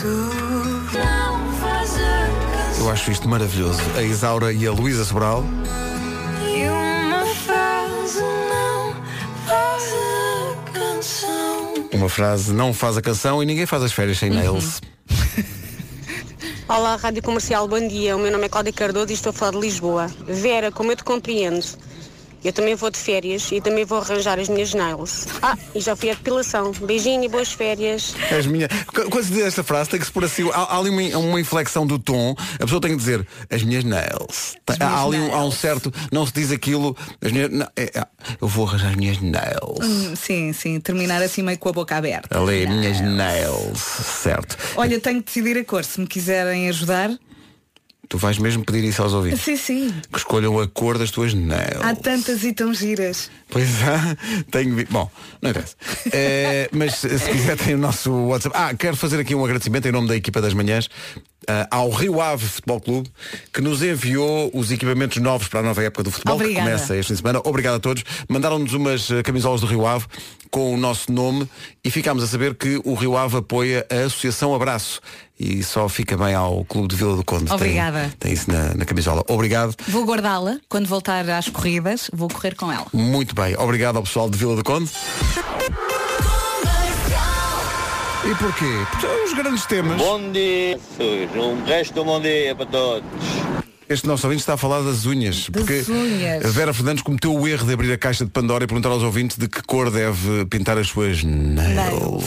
Eu acho isto maravilhoso. A Isaura e a Luísa Sobral. Uma frase não faz a canção e ninguém faz as férias
Uhum.
sem nails.
Olá, Rádio Comercial, bom dia. O meu nome é Cláudia Cardoso e estou a falar de Lisboa. Vera, como eu te compreendo, eu também vou de férias e também vou arranjar as minhas nails. Ah, e já fui à depilação. Beijinho e boas férias.
És minha... Qu- Quando se diz esta frase tem que se pôr assim. Há, há ali uma, uma inflexão do tom. A pessoa tem que dizer as minhas nails. Há- há ali um, há um certo. Não se diz aquilo. As minhas... não, é, é, eu vou arranjar as minhas nails.
Hum, Sim, sim, terminar assim meio com a boca aberta.
Ali, minhas nails. Certo.
Olha, tenho que decidir a cor, se me quiserem ajudar.
Tu vais mesmo pedir isso aos ouvintes.
Sim, sim.
Que escolham a cor das tuas nails.
Há tantas e tão giras.
Pois há, tenho vi- Bom, não interessa. Eh, mas se quiser tem o nosso WhatsApp. Ah, quero fazer aqui um agradecimento em nome da equipa das manhãs ah, ao Rio Ave Futebol Clube, que nos enviou os equipamentos novos para a nova época do futebol,
Obrigada.
que começa este fim de semana. Obrigado a todos. Mandaram-nos umas eh, camisolas do Rio Ave com o nosso nome e ficámos a saber que o Rio Ave apoia a Associação Abraço. E só fica bem ao Clube de Vila do Conde. Tem-
Obrigada.
Tem, isso na- na camisola. Obrigado.
Vou guardá-la quando voltar às corridas, vou correr com ela.
Muito bem, obrigado ao pessoal de Vila do Conde. E porquê? Porque são os grandes temas.
Bom dia, pessoas. Um resto do bom dia para todos.
Este nosso ouvinte está a falar das unhas. porque
unhas.
a Vera Fernandes cometeu o erro de abrir a caixa de Pandora e perguntar aos ouvintes de que cor deve pintar as suas nails.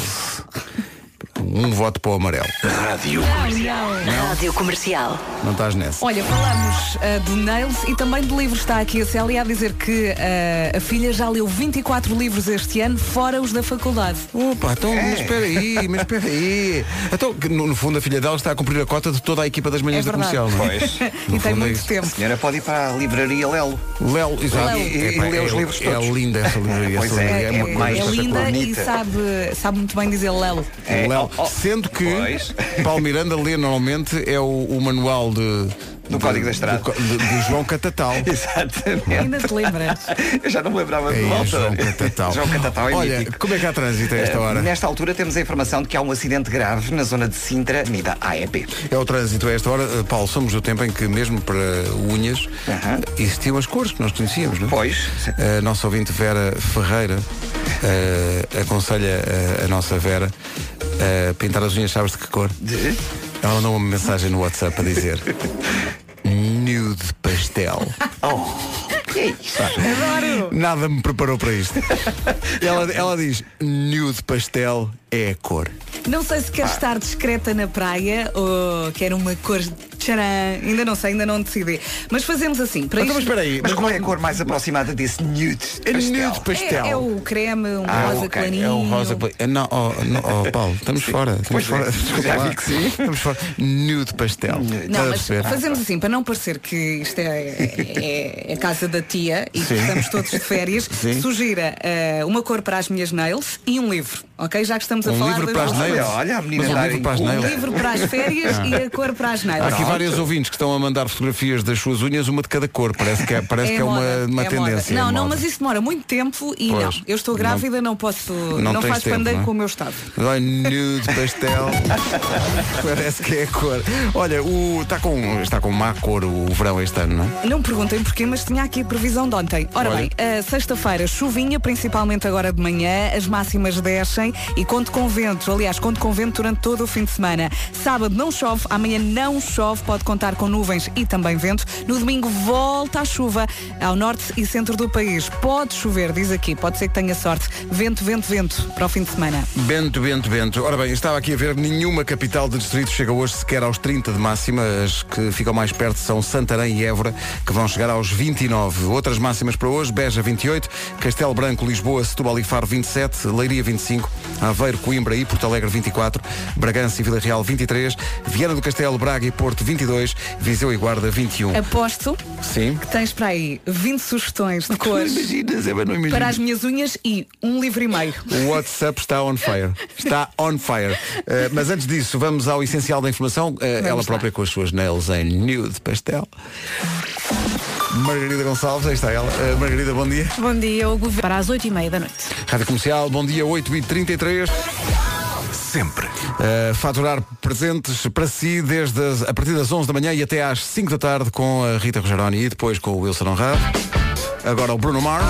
Um voto para o amarelo. Rádio.
Rádio Comercial.
Não estás nessa.
Olha, falamos ah, de nails e também de livros. Está aqui a Célia a dizer que ah, a filha já leu 24 livros este ano, fora os da faculdade.
Opa, então, mas espera aí, mas espera aí. Então, que no, no fundo, a filha dela está a cumprir a cota de toda a equipa das manhãs
É
da comercial, não é?
Pois.
No
e tem
fundo é
muito
isso.
tempo.
senhora pode ir para a livraria Lelo.
Léo, exato.
Léo.
É,
E- e
pá,
lê
é-
os livros
é
todos.
linda essa livraria.
Pois
essa
é,
livraria
é
uma
muito
coisa
É
Esta
linda e
bonita.
sabe, sabe muito bem dizer lelo.
Léo.
É, Ó,
Sendo que Paulo Miranda lê normalmente é o, o manual de. Do Código da Estrada. Do, João Catatal.
Exatamente. Ainda te lembras? Eu já não me lembrava
É
de volta.
João Catatal.
João Catatal é
Olha,
mítico.
como é que há trânsito a esta
Eh,
hora?
Nesta altura temos a informação de que há um acidente grave na zona de Sintra, unida AEP.
É o trânsito a esta hora, Eh, Paulo, somos do tempo em que mesmo para unhas existiam as cores que nós conhecíamos, não é?
Pois.
A nossa ouvinte Vera Ferreira eh, aconselha eh, a nossa Vera a pintar as unhas, sabes de que cor?
De?
Ela mandou uma mensagem no WhatsApp a dizer nude pastel.
é
Pá, Nada me preparou para isto. ela, ela diz nude pastel é a cor.
Não sei se
Ah.
quer estar discreta na praia ou quer uma cor de tcharam. Ainda não sei, ainda não decidi. Mas fazemos assim. Para
Então,
isto-
Mas qual é a cor mais aproximada desse nude pastel?
É, é o creme, um
Ah,
rosa
ok.
clarinho.
É o rosa clarinho. Ah, Não, oh, não, oh, Paulo, estamos fora. Estamos
Pois é.
fora. Desculpa
Já
lá.
vi que sim.
Estamos fora. Nude pastel. Estás
Não,
a
mas
perceber?
fazemos assim, para não parecer que isto é, é- é a casa da tia e que
Sim.
estamos todos de férias,
Sim.
sugira eh, uma cor para as minhas nails e um livro, ok? Já que estamos a
Um
falar
livro
de-
para as nails.
Olha, olha, a menina
Mas um
está
livro
em-
para as
um
nails.
livro para as férias
Ah.
e a cor para as nails.
Há aqui
Pronto.
vários ouvintes que estão a mandar fotografias das suas unhas, uma de cada cor. Parece que é, parece que é uma,
moda,
uma
é moda.
tendência.
Não,
é
não,
moda.
mas isso demora muito tempo e
Pois.
não. Eu estou grávida, não, posso.
não
Não,
tens
faz
tempo,
pandeiro
não é?
com o meu estado.
Olha, nude pastel. Parece que é a cor. Olha, o, está, com, está com má cor o verão este ano, não é?
Não me perguntem porquê, mas tinha aqui a previsão de ontem. Ora
Olha.
bem, eh, sexta-feira, chuvinha, principalmente agora de manhã, as máximas descem e conto com ventos. Aliás, conto com vento durante todo o fim de semana. Sábado não chove, amanhã não chove, pode contar com nuvens e também vento. No domingo volta a chuva ao norte e centro do país. Pode chover, diz aqui, pode ser que tenha sorte. Vento, vento, vento para o fim de semana.
Bento, Bento, Bento. Ora bem, estava aqui a ver, nenhuma capital de distrito chega hoje sequer aos 30 de máxima. As que ficam mais perto são Santarém e Évora, que vão chegar aos 29. Outras máximas para hoje, Beja 28, Castelo Branco, Lisboa, Setúbal e Faro 27, Leiria 25, Aveiro, Coimbra e Porto Alegre 24, Bragança e Vila Real 23, Viana do Castelo, Braga e Porto 22, Viseu e Guarda 21.
Aposto
Sim.
que tens para aí 20 sugestões de cores
Imaginas, eu não imagino.
para as minhas unhas e um livro e meio.
O WhatsApp está on fire. Está on fire. Eh, mas antes disso, vamos ao essencial da informação. Eh, ela própria com as suas nails em nude pastel. Margarida Gonçalves, aí está ela. Eh, Margarida, bom dia.
Bom dia, o governo para as 8 e meia da noite.
Rádio Comercial, bom dia, 8h33. Sempre. Eh, faturar presentes para si desde as- a partir das 11 da manhã e até às 5 da tarde com a Rita Rogeroni e depois com o Wilson Honrado. Agora o Bruno Mars.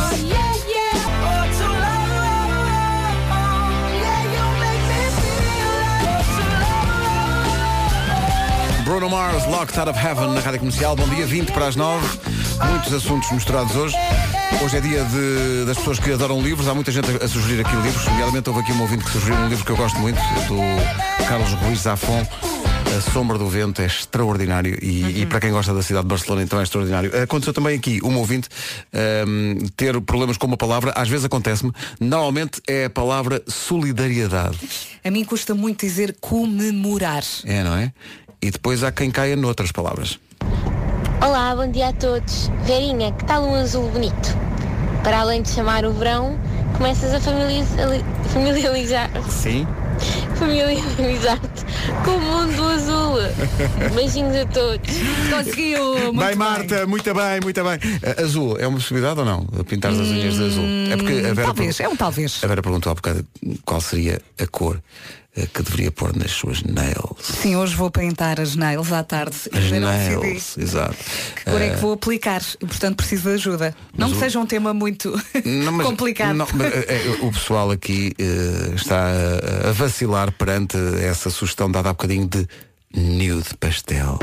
Bruno Mars, Locked Out of Heaven na Rádio Comercial. Bom dia, 20 para as 9. Muitos assuntos mostrados hoje. Hoje é dia de- das pessoas que adoram livros. Há muita gente a, a sugerir aqui livros. Realmente houve aqui um ouvinte que sugeriu um livro que eu gosto muito, do Carlos Ruiz Zafon. A Sombra do Vento é extraordinário e, e para quem gosta da cidade de Barcelona então é extraordinário. Aconteceu também aqui um ouvinte hum, ter problemas com uma palavra, às vezes acontece-me, normalmente é a palavra solidariedade.
A mim custa muito dizer comemorar.
É, não é? E depois há quem caia noutras palavras.
Olá, bom dia a todos. Verinha, que tal um azul bonito? Para além de chamar o verão, começas a familiarizar, familiarizar,
Sim.
familiarizar-te com o mundo azul. Beijinhos a todos.
Conseguiu!
bem, Marta, muito bem, muito bem. A- Azul, é uma possibilidade ou não? Pintar as unhas de azul? É porque a Vera
Hum, talvez, é um talvez.
A Vera perguntou há bocado qual seria a cor eh, que deveria pôr nas suas nails.
Sim, hoje vou pintar as nails à tarde. e
As
ainda não decidi
nails, exato.
Que cor é que
Eh,
vou aplicar? E, portanto, preciso de ajuda. Não
mas
que
o-
seja um tema muito
Eh, Não, mas-
complicado.
não, mas, eh, eh, o pessoal aqui eh, está a- a vacilar perante essa sugestão dada há bocadinho de nude pastel.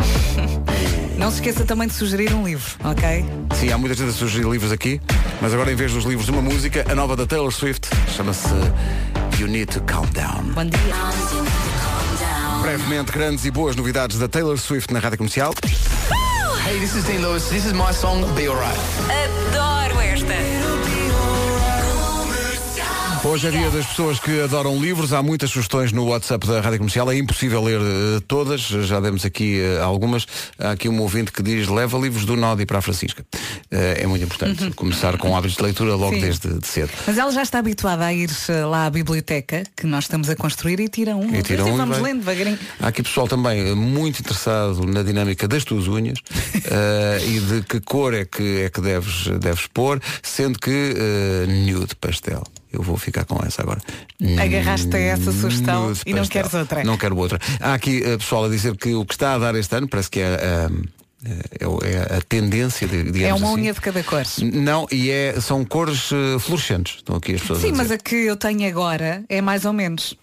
Não se esqueça também de sugerir um livro, ok?
Sim, há muita gente a sugerir livros aqui, mas agora em vez dos livros uma música, a nova da Taylor Swift chama-se You Need to Calm Down.
Bom dia.
Brevemente, grandes e boas novidades da Taylor Swift na Rádio Comercial.
Hey, this is Dean Lewis. This is my song, Be Alright.
Adoro esta.
Hoje é dia das pessoas que adoram livros. Há muitas sugestões no WhatsApp da Rádio Comercial. É impossível ler eh, todas. Já demos aqui eh, algumas. Há aqui um ouvinte que diz leva livros do Nodi para a Francisca. Eh, é muito importante começar com hábitos de leitura logo
Sim.
desde de cedo.
Mas ela já está habituada a ir eh, lá à biblioteca que nós estamos a construir e tira um.
E
ou
tira
dois
um e
vamos
vai.
lendo devagarinho.
Há aqui pessoal também eh, muito interessado na dinâmica das tuas unhas eh, e de que cor é que, é que deves, deves pôr, sendo que eh, nude pastel. Eu vou ficar com essa agora.
Agarraste a essa sugestão
Nude
e não
pastel.
queres outra.
Não quero outra. Há aqui eh, pessoal a dizer que o que está a dar este ano parece que é, eh, é o- é a tendência, de- digamos
É uma
assim.
unha de cada cor.
Não, e é, são cores eh, fluorescentes. Estão aqui as pessoas a
Sim, mas
dizer.
a que eu tenho agora é mais ou menos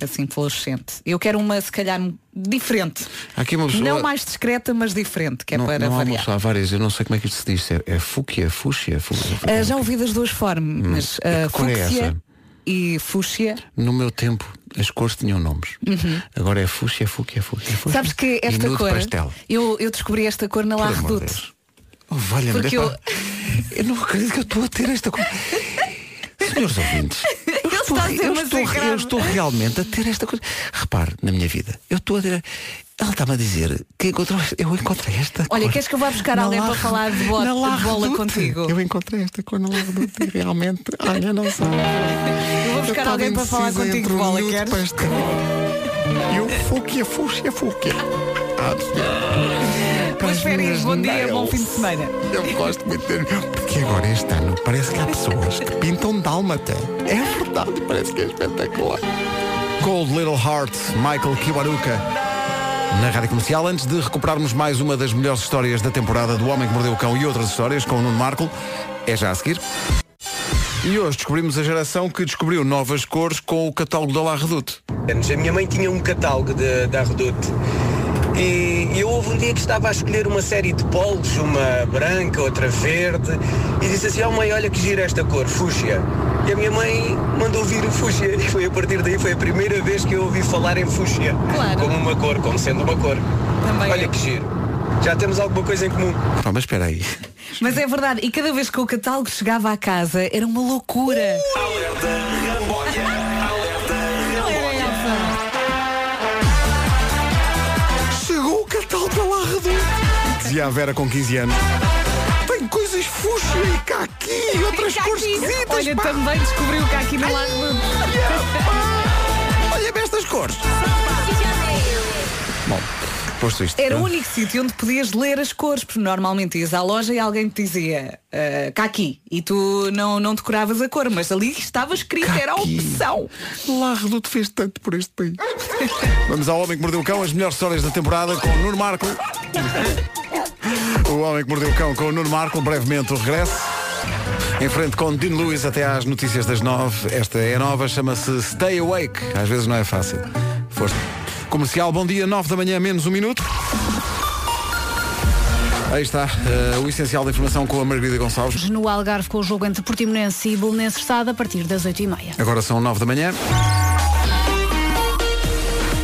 assim fluorescente. Eu quero uma, se calhar, diferente.
Há aqui uma pessoa-
Não mais discreta, mas diferente, que é
uh, não,
para
não há, uma
variar.
pessoa, há várias, eu não sei como é que isto se diz. É, é fúquia, fúxia, fúxia.
Ah, já ouvi das duas formas, ah,
que cor é
fúcsia
essa?
e fúcsia.
No meu tempo, as cores tinham nomes.
Uhum.
Agora é fúcsia, fúcsia, fúcsia. fúcsia.
Sabes que é
E
esta
nude
cor,
pastel.
eu, eu descobri esta cor na La
Por amor de
Redoute.
Oh, valha
Porque eu-
eu não acredito que eu estou a ter esta coisa. Senhores ouvintes,
Ele está a ser
eu
uma
estou, eu estou realmente a ter esta coisa. Repare, na minha vida, eu estou a ter. Ela está-me a dizer que encontrou. esta- Eu encontrei esta.
Olha,
cor.
queres que eu vá buscar
Na
alguém
La
para
Re-
falar de, bola-
na La
de bola
Redoute.
contigo?
Eu encontrei esta cor na La Redoute e realmente. Olha, não sei.
Eu vou buscar
estava
alguém para falar
indecisa
contigo
entre
de
um
bola,
nude
queres?
pastel. E um, o fúquia, fúquia, fúquia. Ah, senhor. Para
Boas
as
férias,
minhas
bom dia, bom
nails.
fim de semana.
Eu gosto muito dele. Porque agora este ano parece que há pessoas que pintam dálmata. É verdade, parece que é espetacular. Cold Little Heart, Michael Kiwanuka. Na Rádio Comercial, antes de recuperarmos mais uma das melhores histórias da temporada do Homem que Mordeu o Cão e outras histórias com o Nuno Marco, é já a seguir. E hoje descobrimos a geração que descobriu novas cores com o catálogo da La Redoute.
anos. A minha mãe tinha um catálogo de- da Redoute. E eu houve um dia que estava a escolher uma série de polos, uma branca, outra verde, e disse assim, oh mãe, olha que gira esta cor, fúcsia. E a minha mãe mandou vir o fúcsia, e foi a partir daí, foi a primeira vez que eu ouvi falar em fúcsia, como uma cor, como sendo uma cor. olha que giro, já temos alguma coisa em comum.
Pá, mas espera aí.
Mas é verdade, e cada vez que o catálogo chegava à casa era uma loucura.
Chegou o catálogo da La Redoute. Dizia a Vera com 15 anos. Tem coisas fuxas e caqui e outras cores esquisitas.
Olha, então- também descobriu que há
Uh!
aqui na La Redoute.
Olha bem estas cores. Bom, posto isto.
Era o
pronto.
único sítio onde podias ler as cores, porque normalmente ias à loja e alguém te dizia "Ah, cá aqui e tu não, não decoravas a cor, mas ali estava escrito, era a opção.
La Redoute fez tanto por este país. Vamos ao Homem que Mordeu o Cão, as melhores histórias da temporada com o Nuno Marco. O Homem que Mordeu o Cão com o Nuno Marco, brevemente o regresso. Em frente com Dean Lewis até às notícias das nove. Esta é nova, chama-se Stay Awake. Às vezes não é fácil. Força. Comercial, bom dia, nove da manhã, menos um minuto. Aí está, eh, o essencial da informação com a Margarida Gonçalves.
Hoje no Algarve com o jogo entre Portimonense e Belenenses Estado a partir das 8h30.
Agora são 9 da manhã.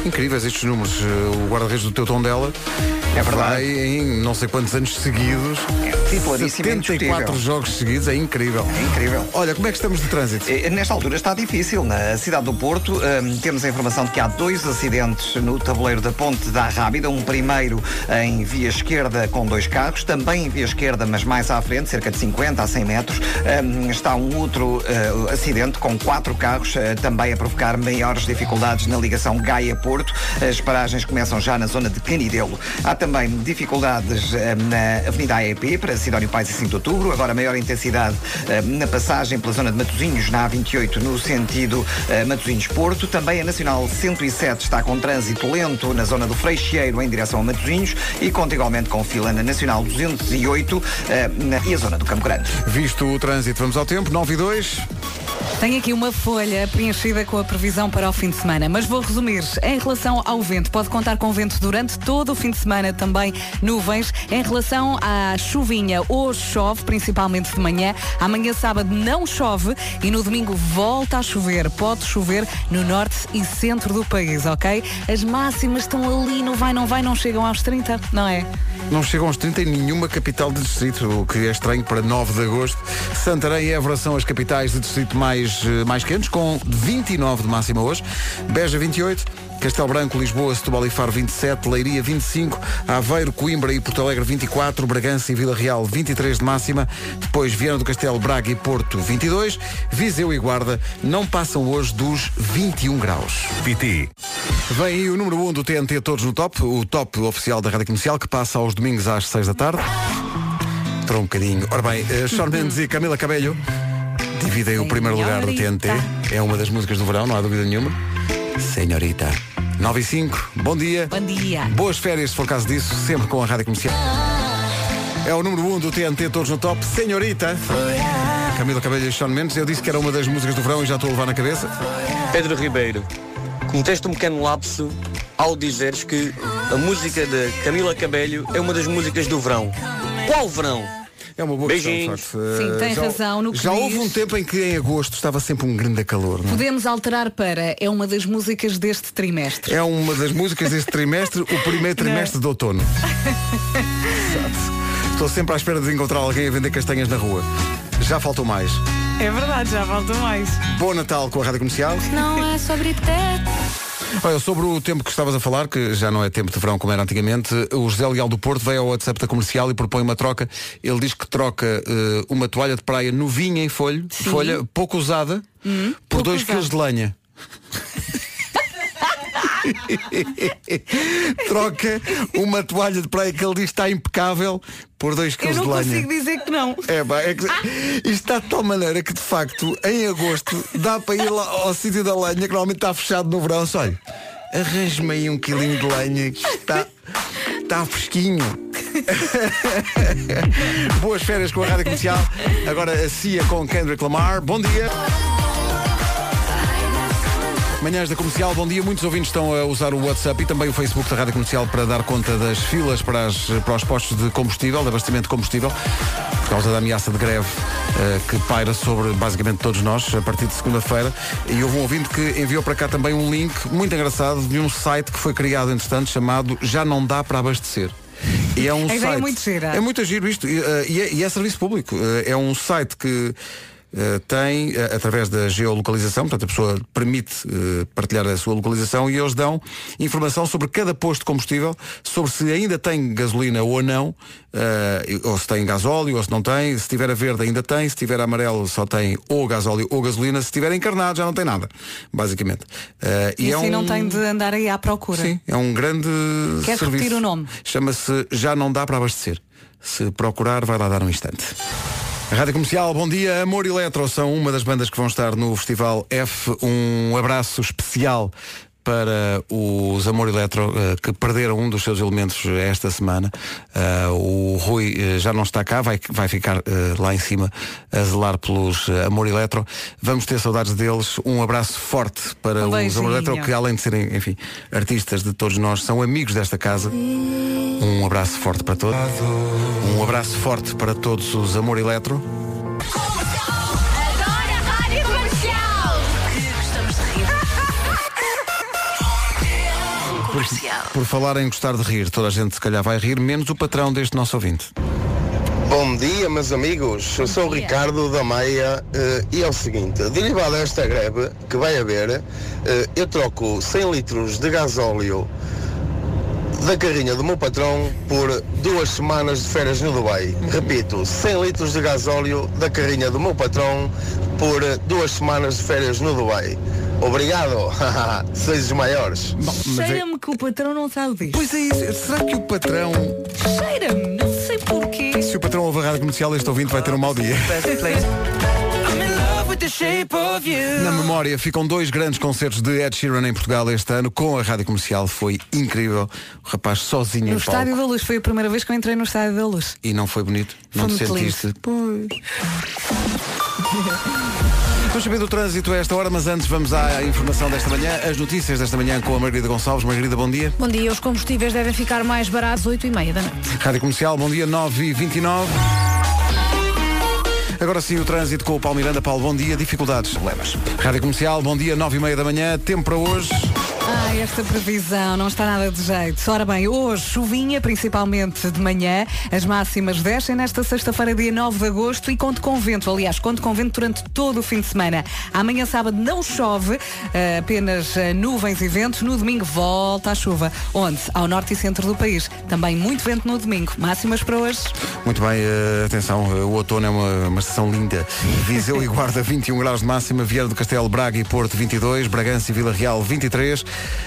Incríveis estes números. Eh, O guarda-redes do teu tom dela é verdade. Vai em não sei quantos anos seguidos.
titularíssimo,
74
indiscutível.
jogos seguidos, é incrível.
É incrível.
Olha, como é que estamos de trânsito?
Nesta altura está difícil. Na cidade do Porto, hum, temos a informação de que há dois acidentes no tabuleiro da Ponte da Rábida. Um primeiro em via esquerda com dois carros, também em via esquerda, mas mais à frente, cerca de 50 a 100 metros. Hum, Está um outro eh, acidente com quatro carros, eh, também a provocar maiores dificuldades na ligação Gaia-Porto. As paragens começam já na zona de Canidelo. Há também dificuldades eh, na Avenida AEP para Sidónio Pais e 5 de Outubro. Agora maior intensidade eh, na passagem pela zona de Matosinhos, na A28, no sentido eh, Matosinhos-Porto. Também a Nacional 107 está com trânsito lento na zona do Freixeiro em direção a Matosinhos e conta igualmente com fila na Nacional 208 eh, na- e a zona do Campo Grande.
Visto o trânsito, vamos ao tempo, 9 e 2.
Tenho aqui uma folha preenchida com a previsão para o fim de semana, mas vou resumir. Em relação ao vento, pode contar com vento durante todo o fim de semana, também nuvens. Em relação à chuvinha, hoje chove, principalmente de manhã. Amanhã, sábado, não chove e no domingo volta a chover. Pode chover no norte e centro do país, ok? As máximas estão ali, não vai, não vai, não chegam aos 30, não é?
Não chegam aos 30 em nenhuma capital de distrito, o que é estranho para 9 de agosto. Santarém e Évora são as capitais de distrito mais dias eh, mais quentes, com 29 de máxima hoje. Beja 28, Castelo Branco, Lisboa, Setúbal e Faro 27, Leiria 25, Aveiro, Coimbra e Porto Alegre 24, Bragança e Vila Real 23 de máxima, depois Viana do Castelo, Braga e Porto 22, Viseu e Guarda não passam hoje dos 21 graus.
PT.
Vem aí o número 1 um do TNT Todos no Top, o top oficial da Rádio Comercial, que passa aos domingos às 6 da tarde. Entrou um bocadinho. Ora bem, eh, Shawn Mendes e Camila Cabello dividem o primeiro lugar do TNT. É uma das músicas do verão, não há dúvida nenhuma. Senhorita. 9 e 5, bom dia. Bom dia. Boas férias, se for caso disso, sempre com a Rádio Comercial. É o número 1 um do TNT Todos no Top, Senhorita. Camila Cabello e Shawn Mendes. Eu disse que era uma das músicas do verão e já estou a levar na cabeça.
Pedro Ribeiro, cometeste um pequeno lapso ao dizeres que a música de Camila Cabello é uma das músicas do verão. Qual verão?
É uma boa
Beijinhos.
Sim, tem razão no que
Eh, Já
diz.
houve um tempo em que em agosto estava sempre um grande calor. Não? é?
Podemos alterar para é uma das músicas deste trimestre.
É uma das músicas deste trimestre, o primeiro trimestre de outono. Exato. Estou sempre à espera de encontrar alguém a vender castanhas na rua. Já faltou mais.
É verdade, já falta mais.
Bom Natal com a Rádio Comercial.
Não é sobre teto.
Olha, sobre o tempo que estavas a falar, que já não é tempo de verão como era antigamente, o José Leal do Porto veio ao WhatsApp da comercial e propõe uma troca. Ele diz que troca eh, uma toalha de praia novinha em folho, folha, pouco usada,
Hum,
por 2 quilos de lenha. troca uma toalha de praia que ele diz que está impecável por 2
Eu
quilos
não
de lenha.
consigo dizer que não.
É, pá, é que isto está de tal maneira que de facto em agosto dá para ir lá ao sítio da lenha que normalmente está fechado no verão. Só olha, arranje-me aí um quilinho de lenha que isto está, está fresquinho. Boas férias com a Rádio Comercial. Agora a CIA com Kendrick Lamar. Bom dia. Manhãs da Comercial, bom dia. Muitos ouvintes estão a usar o WhatsApp e também o Facebook da Rádio Comercial para dar conta das filas para, as- para os postos de combustível, de abastecimento de combustível, por causa da ameaça de greve eh, que paira sobre basicamente todos nós a partir de segunda-feira. E houve um ouvinte que enviou para cá também um link muito engraçado de um site que foi criado, entretanto, chamado Já Não Dá para Abastecer. E é um
A ideia é
site.
muito gira.
É muito giro isto. E, eh, e é, e é serviço público. Eh, é um site que eh, tem, eh, através da geolocalização, portanto a pessoa permite eh, partilhar a sua localização e eles dão informação sobre cada posto de combustível, sobre se ainda tem gasolina ou não, eh, e- ou se tem gasóleo ou se não tem, se tiver a verde ainda tem, se tiver a amarelo só tem ou gasóleo ou gasolina, se tiver encarnado já não tem nada, basicamente. Eh,
E,
é
assim
um-
não tem de andar aí à procura.
Sim, é um grande
Queres
serviço.
repetir o nome?
Chama-se Já Não Dá para Abastecer. Se procurar, vai lá dar um instante. Rádio Comercial, bom dia. Amor Eletro são uma das bandas que vão estar no Festival F. Um abraço especial para os Amor Eletro eh, que perderam um dos seus elementos esta semana. Eh, o Rui eh, já não está cá, vai, vai ficar eh, lá em cima a zelar pelos eh, Amor Eletro. Vamos ter saudades deles. Um abraço forte para
Um
os Amor
beijinho.
Eletro que além de serem, enfim, artistas de todos nós, são amigos desta casa. Um abraço forte para todos. Um abraço forte para todos os Amor Eletro.
Rádio comercial. Gostamos de rir. comercial.
Por falar em gostar de rir, toda a gente se calhar vai rir, menos o patrão deste nosso ouvinte.
Bom dia, meus amigos. Eu sou o Ricardo da Maia eh, e é o seguinte, derivado desta greve que vai haver, eh, eu troco 100 litros de gasóleo da carrinha do meu patrão por duas semanas de férias no Dubai. Repito, 100 litros de gasóleo da carrinha do meu patrão por duas semanas de férias no Dubai. Obrigado, sois os maiores.
Cheira-me que o patrão não sabe disso.
Pois é isso. Será que o patrão.
Cheira-me, não sei porquê.
Se o patrão ouve a rádio comercial, este ouvinte vai ter um mau dia. Na memória ficam dois grandes concertos de Ed Sheeran em Portugal este ano com a rádio comercial. Foi incrível. O rapaz sozinho
No
em palco.
Estádio da Luz, foi a primeira vez que eu entrei no Estádio da Luz.
E não foi bonito?
Foi
não te
muito lindo.
sentiste? Vamos saber do trânsito a esta hora, mas antes vamos à informação desta manhã, as notícias desta manhã com a Margarida Gonçalves. Margarida, bom dia.
Bom dia, os combustíveis devem ficar mais baratos 8 e meia da noite.
Rádio Comercial, bom dia, 9 e 29 Agora sim o trânsito com o Paulo Miranda. Paulo, bom dia. Dificuldades? Problemas. Rádio Comercial, bom dia, 9 e meia da manhã. Tempo para hoje.
Ah, esta previsão não está nada de jeito. Ora bem, hoje chuvinha, principalmente de manhã. As máximas descem nesta sexta-feira, dia 9 de agosto, e conto com vento. Aliás, conto com vento durante todo o fim de semana. Amanhã, sábado, não chove, eh, apenas eh, nuvens e vento. No domingo, volta a chuva. Onde? Ao norte e centro do país. Também muito vento no domingo. Máximas para hoje.
Muito bem, eh, atenção, eh, o outono é uma, uma estação linda. Viseu e Guarda 21 graus de máxima, Vieira do Castelo, Braga e Porto 22, Bragança e Vila Real 23,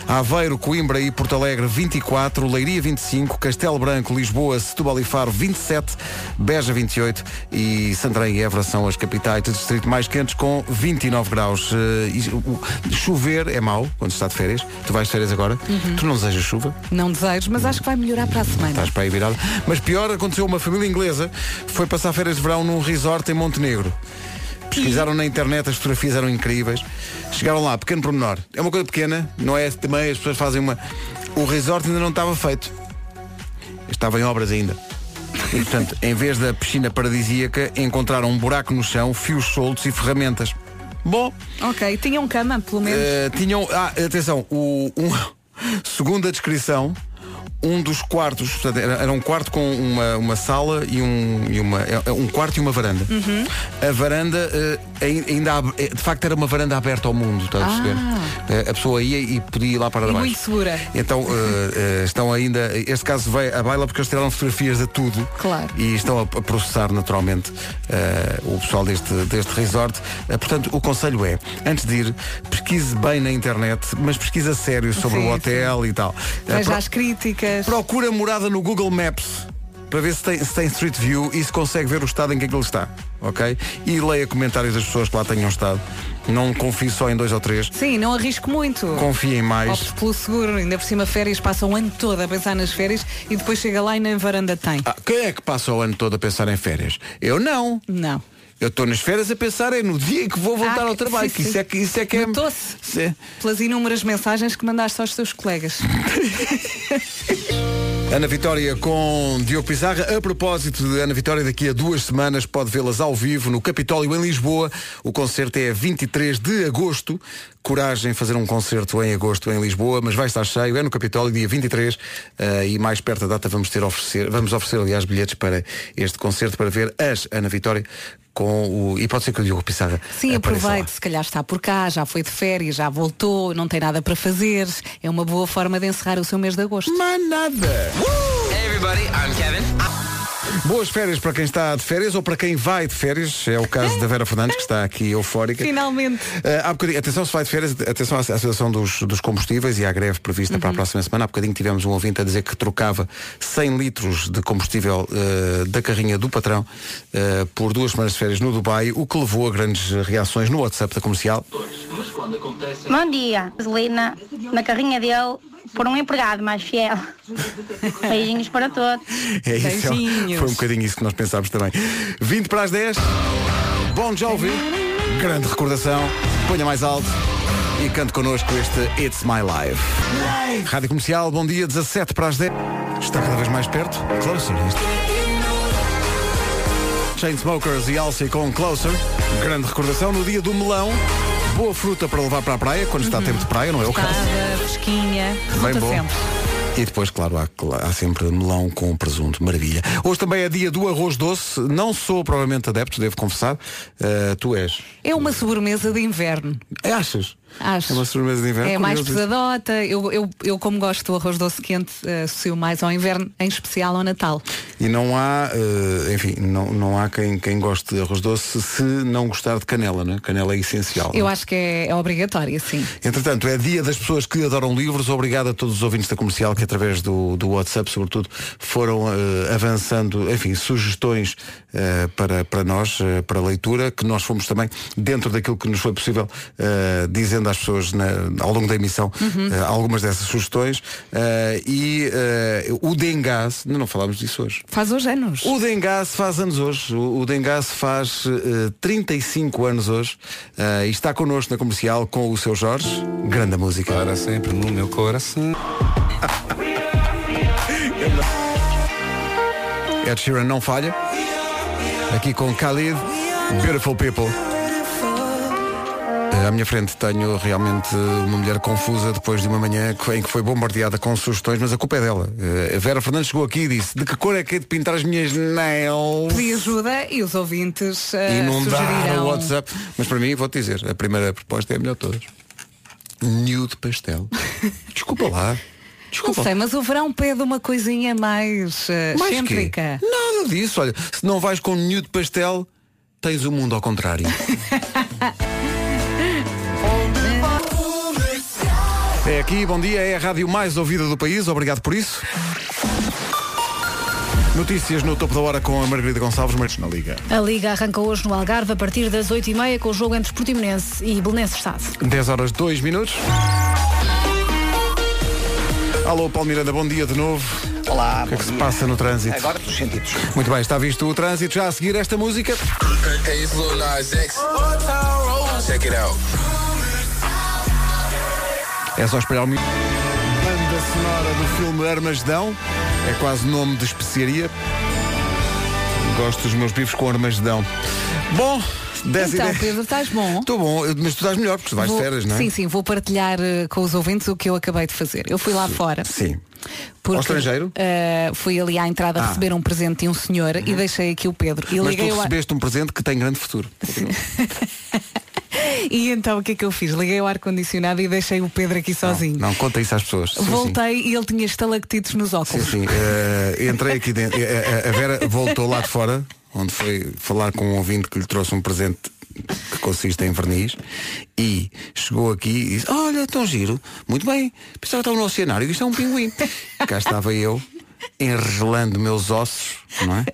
Aveiro, Coimbra e Porto Alegre 24, Leiria 25, Castelo Branco, Lisboa, Setúbal e Faro 27, Beja 28 e Santarém e Évora são as capitais do distrito mais quentes com 29 graus. Eh, e o- chover é mau quando se está de férias. Tu vais de férias agora? Tu não desejas chuva?
Não desejo, mas acho que vai melhorar para a semana.
Estás para aí virado. Mas pior, aconteceu uma família inglesa foi passar férias de verão num resort em Montenegro. Pesquisaram na internet, as fotografias eram incríveis. Chegaram lá, pequeno pormenor. É uma coisa pequena, não é também, as pessoas fazem uma. O resort ainda não estava feito. Estava em obras ainda. E portanto, em vez da piscina paradisíaca, encontraram um buraco no chão, fios soltos e ferramentas. Bom.
Ok, tinham cama, pelo menos.
Eh, tinham, ah, atenção, o, um, segundo a descrição, um dos quartos, portanto, era, era um quarto com uma, uma sala e um, e uma, é, um quarto e uma varanda.
Uhum.
A varanda eh, ai- ainda ab- eh, de facto era uma varanda aberta ao mundo, está a perceber? Eh, A pessoa ia e podia ir lá para
Ah. E
baixo.
muito segura.
Então eh, eh, estão ainda. Este caso vai à baila porque eles tiraram fotografias de tudo.
Claro.
E estão a, a processar naturalmente eh, o pessoal deste, deste resort. Eh, portanto, o conselho é, antes de ir, pesquise bem na internet, mas pesquise a sério sobre
Sim,
o hotel e tal. Eh,
Veja
pro-
as críticas.
Procura morada no Google Maps para ver se tem, se tem Street View e se consegue ver o estado em que aquilo está. Ok? E leia comentários das pessoas que lá tenham estado. Não confie só em dois ou três.
Sim, não arrisco muito.
Confiem mais.
Opte pelo seguro, ainda por cima férias, passa um ano todo a pensar nas férias e depois chega lá e na varanda tem.
Ah, Quem é que passa o ano todo a pensar em férias? Eu não.
Não.
Eu estou nas férias a pensar é no dia que vou voltar
Ah,
ao trabalho.
sim,
que
sim.
isso é que isso é que é. Sim.
Pelas inúmeras mensagens que mandaste aos teus colegas.
Ana Vitória com Diogo Pizarra. A propósito de Ana Vitória, daqui a duas semanas pode vê-las ao vivo no Capitólio em Lisboa. O concerto é 23 de agosto. Coragem fazer um concerto em agosto em Lisboa, mas vai estar cheio. É no Capitólio, dia 23. eh, e mais perto da data vamos ter a oferecer, vamos oferecer, aliás, bilhetes para este concerto para ver as Ana Vitória com o. E pode ser que o Diogo Pizarra. apareça
Sim,
lá.
aproveite, se calhar está por cá, já foi de férias, já voltou, não tem nada para fazer. É uma boa forma de encerrar o seu mês de agosto.
Mas nada!
Uh!
Hey everybody, I'm Kevin.
Boas férias para quem está de férias ou para quem vai de férias. É o caso da Vera Fernandes, que está aqui eufórica.
Finalmente.
Eh, há bocadinho, atenção se vai de férias, atenção à, à situação dos, dos combustíveis e à greve prevista para a próxima semana. Há bocadinho tivemos um ouvinte a dizer que trocava 100 litros de combustível eh, da carrinha do patrão eh, por duas semanas de férias no Dubai, o que levou a grandes reações no WhatsApp da comercial.
Bom dia, gasolina na carrinha dele por um empregado mais fiel. Beijinhos para todos.
É isso, é um- foi um bocadinho isso que nós pensámos também. 20 para as 10, Bom Jovi, grande recordação, ponha mais alto e cante connosco este It's My Life. Rádio Comercial, bom dia, 17 para as 10. Está cada vez mais perto, é closer. Chainsmokers e Alcy com Closer, grande recordação no dia do melão. Boa fruta para levar para a praia, quando está tempo de praia, não é o caso.
Estada, fresquinha,
Bem
resulta
bom.
sempre.
E depois, claro, há, há sempre melão com um presunto, maravilha. Hoje também é dia do arroz doce. Não sou provavelmente adepto, devo confessar. Eh, tu és.
É uma sobremesa de inverno.
Achas?
Acho.
É uma sobremesa de inverno.
É mais
curioso isso.
pesadota. Eu, eu, eu, como gosto do arroz doce quente, eh, associo mais ao inverno, em especial ao Natal.
E não há, eh, enfim, não, não há quem, quem goste de arroz doce se não gostar de canela, né? Canela é essencial.
Eu acho que é, é obrigatória, sim.
Entretanto, é dia das pessoas que adoram livros. Obrigado a todos os ouvintes da comercial que, através do, do WhatsApp, sobretudo, foram eh, avançando, enfim, sugestões eh, para, para nós, eh, para leitura, que nós fomos também, dentro daquilo que nos foi possível, eh, dizendo às pessoas na- ao longo da emissão
Uhum.
eh, algumas dessas sugestões. Eh, e eh, o Dengás, não, não falámos disso hoje.
Faz hoje anos.
O Dengasse faz anos hoje. O, o Dengasse faz eh, 35 anos hoje eh, e está connosco na comercial com o seu Jorge. Grande música. Para sempre no meu coração. Ed Sheeran não falha. Aqui com Khalid. Beautiful People. Eh, À minha frente tenho realmente uma mulher confusa depois de uma manhã que- em que foi bombardeada com sugestões, mas a culpa é dela. Eh, A Vera Fernandes chegou aqui e disse de que cor é que é de pintar as minhas nails?
Pedi ajuda e os ouvintes eh,
Inundar
sugeriram.
o WhatsApp. Mas para mim, vou-te dizer, a primeira proposta é a melhor de todas. Nude pastel. Desculpa lá. Desculpa.
Não sei, mas o verão pede uma coisinha mais, eh,
Mais quê?
excêntrica.
Nada disso, olha. Se não vais com nude pastel, tens o mundo ao contrário. É aqui, bom dia, é a rádio mais ouvida do país, obrigado por isso. Notícias no topo da hora com a Margarida Gonçalves, mas na Liga.
A Liga arranca hoje no Algarve a partir das 8h30 com o jogo entre Portimonense e Belenense Estado.
10 horas 2 minutos. Alô, Paulo Miranda, bom dia de novo.
Olá,
O que é que se passa no trânsito?
Agora dos sentidos.
Muito bem, está visto o trânsito. Já a seguir esta música.
Hey, it's Lil Nas X. Check it out.
É só esperar o minuto. Banda sonora do filme Armagedão. É quase nome de especiaria. Gosto dos meus bifes com Armagedão. Bom, 10
Então,
e 10.
Pedro, estás bom?
Estou bom, mas tu estás melhor porque tu vais
Vou-
de férias, não é?
Sim, sim, vou partilhar eh, com os ouvintes o que eu acabei de fazer. Eu fui lá fora.
Sim.
Porque,
Ao estrangeiro?
eh, fui ali à entrada
Ah. Uhum.
receber um presente de um senhor e deixei aqui o Pedro. E
Mas tu
liguei o ar-
recebeste um presente que tem grande futuro.
E então o que é que eu fiz? Liguei o ar-condicionado e deixei o Pedro aqui sozinho.
Não, conta isso às pessoas. Sim, sim.
Voltei e ele tinha estalactites nos
Sim,
óculos.
sim. Eh, entrei aqui dentro. Eh, eh, a Vera voltou lá de fora, onde foi falar com um ouvinte que lhe trouxe um presente que consiste em verniz e chegou aqui e disse, olha, tão giro, muito bem, pensava que estava no oceanário, isto é um pinguim. Cá estava eu, enregelando meus ossos, não é?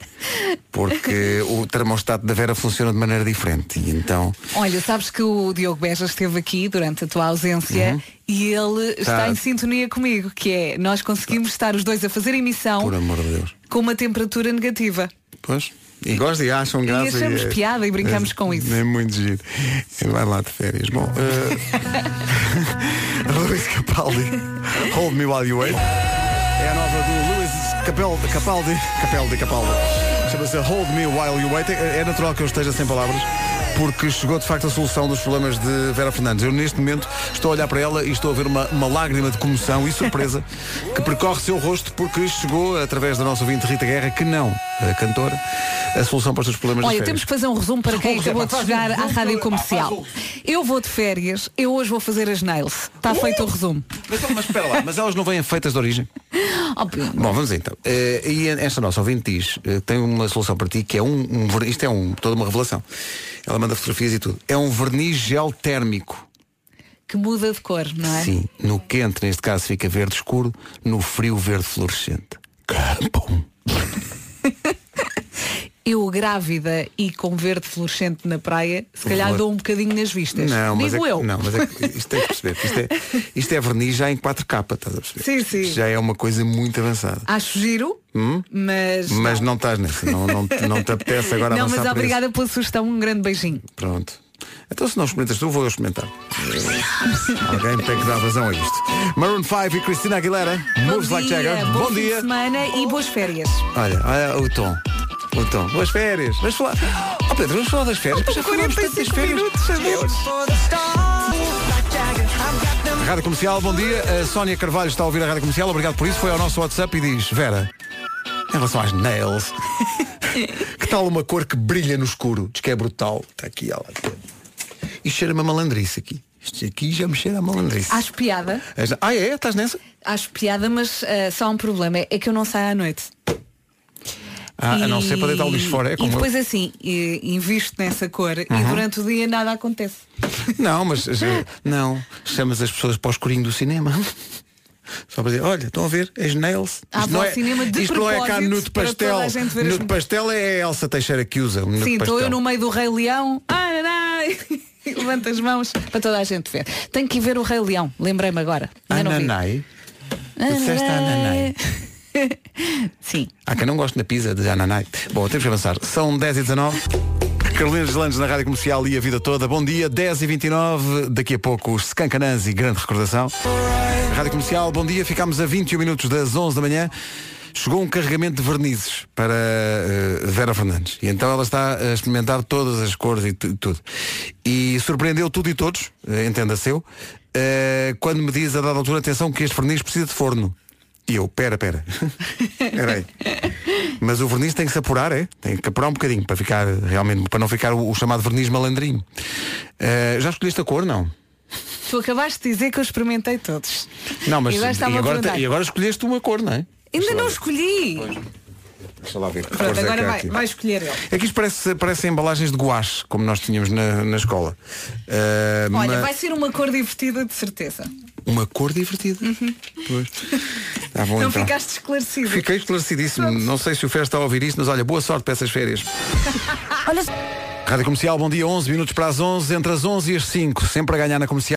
Porque o termostato da Vera funciona de maneira diferente. E então
Olha, sabes que o Diogo Beja esteve aqui durante a tua ausência e ele
Uhum. Tá.
está em sintonia comigo, que é nós conseguimos estar os dois a fazer emissão
Por amor de Deus.
com uma temperatura negativa.
Pois. E gosta e acham graça.
achamos
é-
piada e brincamos com isso.
É muito giro. Vai lá de férias. Bom, eh, Luís Capaldi, Hold Me While You Wait. É a nova do Luís Capaldi, Capaldi, Capaldi, Capaldi. Chama-se Hold Me While You Wait. É é natural que eu esteja sem palavras. Porque chegou de facto a solução dos problemas de Vera Fernandes. Eu neste momento estou a olhar para ela e estou a ver uma, uma lágrima de comoção e surpresa que percorre seu rosto porque chegou, através da nossa ouvinte Rita Guerra, que não, a cantora, a solução para os seus problemas
Olha,
de férias.
temos que fazer um resumo um para quem acabou de chegar à rádio comercial. Eu vou de férias, eu hoje vou fazer as nails. Está feito o resumo.
Mas, mas espera lá, mas elas não vêm feitas de origem?
Ó, Pedro,
Bom, vamos então. Eh, e esta nossa ouvinte diz, eh, tem uma solução para ti que é um, um ver- isto é um, toda uma revelação. Ela manda fotografias e tudo. É um verniz gel térmico.
que muda de cor, não é?
Sim, no quente, neste caso, fica verde escuro, no frio, verde fluorescente.
Eu grávida e com verde fluorescente na praia, se calhar
Horror.
dou um bocadinho nas vistas.
Não, mas, é,
Digo
que-
eu.
não, mas é que isto tem que perceber. Isto é, isto é verniz já em 4K, estás a perceber?
Sim, sim.
Isto Já é uma coisa muito avançada.
Acho giro,
Hum?
mas.
Mas não estás nessa, não, não, não te apetece agora
não,
avançar
mas
para esse
obrigada pela sugestão, um grande beijinho.
Pronto. Então se não experimentas tu, vou eu experimentar. Eh, Alguém tem que dar razão a isto. Maroon 5 e Cristina Aguilera. Moves Like Jagger.
bom,
Bom,
fim de
dia.
semana e boas férias.
Olha, olha o tom. O tom. Boas férias. Vamos falar. Oh Pedro, vamos falar das férias. Já falámos tanto das férias. Rádio Comercial, bom dia. A Sónia Carvalho está a ouvir a Rádio Comercial. Obrigado por isso. Foi ao nosso WhatsApp e diz, Vera, em relação às nails, que tal uma cor que brilha no escuro? Diz que é brutal. Está aqui ela. E cheira-me a malandrice aqui. Isto aqui já me cheira a malandrice.
Acho piada,
Ah, é? Estás nessa?
acho piada, mas ah, só há um problema, é que eu não saio à noite.
Ah, A não
E-
ser para deitar o lixo fora. É como
E
eu.
depois assim, e- invisto nessa cor e
Uhum.
durante o dia nada acontece.
Não, mas já- não, chamas as pessoas para o escurinho do cinema. Só para dizer, olha, estão a ver, as nails.
Ah,
Isto
vou
não
ao
é,
cinema de
isto não é cá
propósito
nude
para toda
pastel.
a gente ver as
Nude pastel é a Elsa Teixeira que usa. Nude
Sim,
pastel.
estou eu no meio do Rei Leão. Ai, ai, ai. Levanta as mãos para toda a gente ver. Tenho que ir ver o Rei Leão, lembrei-me agora. Ainda não vi.
Ananai. Disseste ananai.
Sim.
Há quem não gosta da pizza de ananai. Bom, temos que avançar. São 10 e 19 Carolina Landes na Rádio Comercial e a vida toda. Bom dia, 10 e 29 Daqui a pouco os um Scancanãs e grande recordação. Rádio Comercial, bom dia. Ficámos a 21 minutos das 11 da manhã. Chegou um carregamento de vernizes para eh, Vera Fernandes. E então ela está a experimentar todas as cores e tu- tudo. E surpreendeu tudo e todos, eh, entenda-se eu, eh, quando me diz a dada altura, atenção, que este verniz precisa de forno. E eu, pera, pera. Peraí. Mas o verniz tem que se apurar, é? Tem que apurar um bocadinho para ficar realmente, para não ficar o, o chamado verniz malandrinho. Eh, já escolheste a cor, não?
Tu acabaste de dizer que eu experimentei todos.
Não, mas e
E agora estava a
agora,
perguntar.
e agora escolheste uma cor, não é?
Ainda não escolhi.
Deixa lá ver. que
Pronto,
cores é que
agora
há
vai,
aqui.
vai escolher ele.
Aqui É isto parece, parece embalagens de guache, como nós tínhamos na, na escola. Eh,
Olha,
ma-
vai ser uma cor divertida de certeza.
Uma cor divertida. Pois. Tá bom,
Uhum. não
então.
ficaste esclarecido.
Fiquei esclarecidíssimo. Não sei se o Fer está a ouvir isto, mas olha, boa sorte para essas férias. Rádio Comercial, bom dia, 11 minutos para as 11, entre as 11 e as 5, sempre a ganhar na comercial.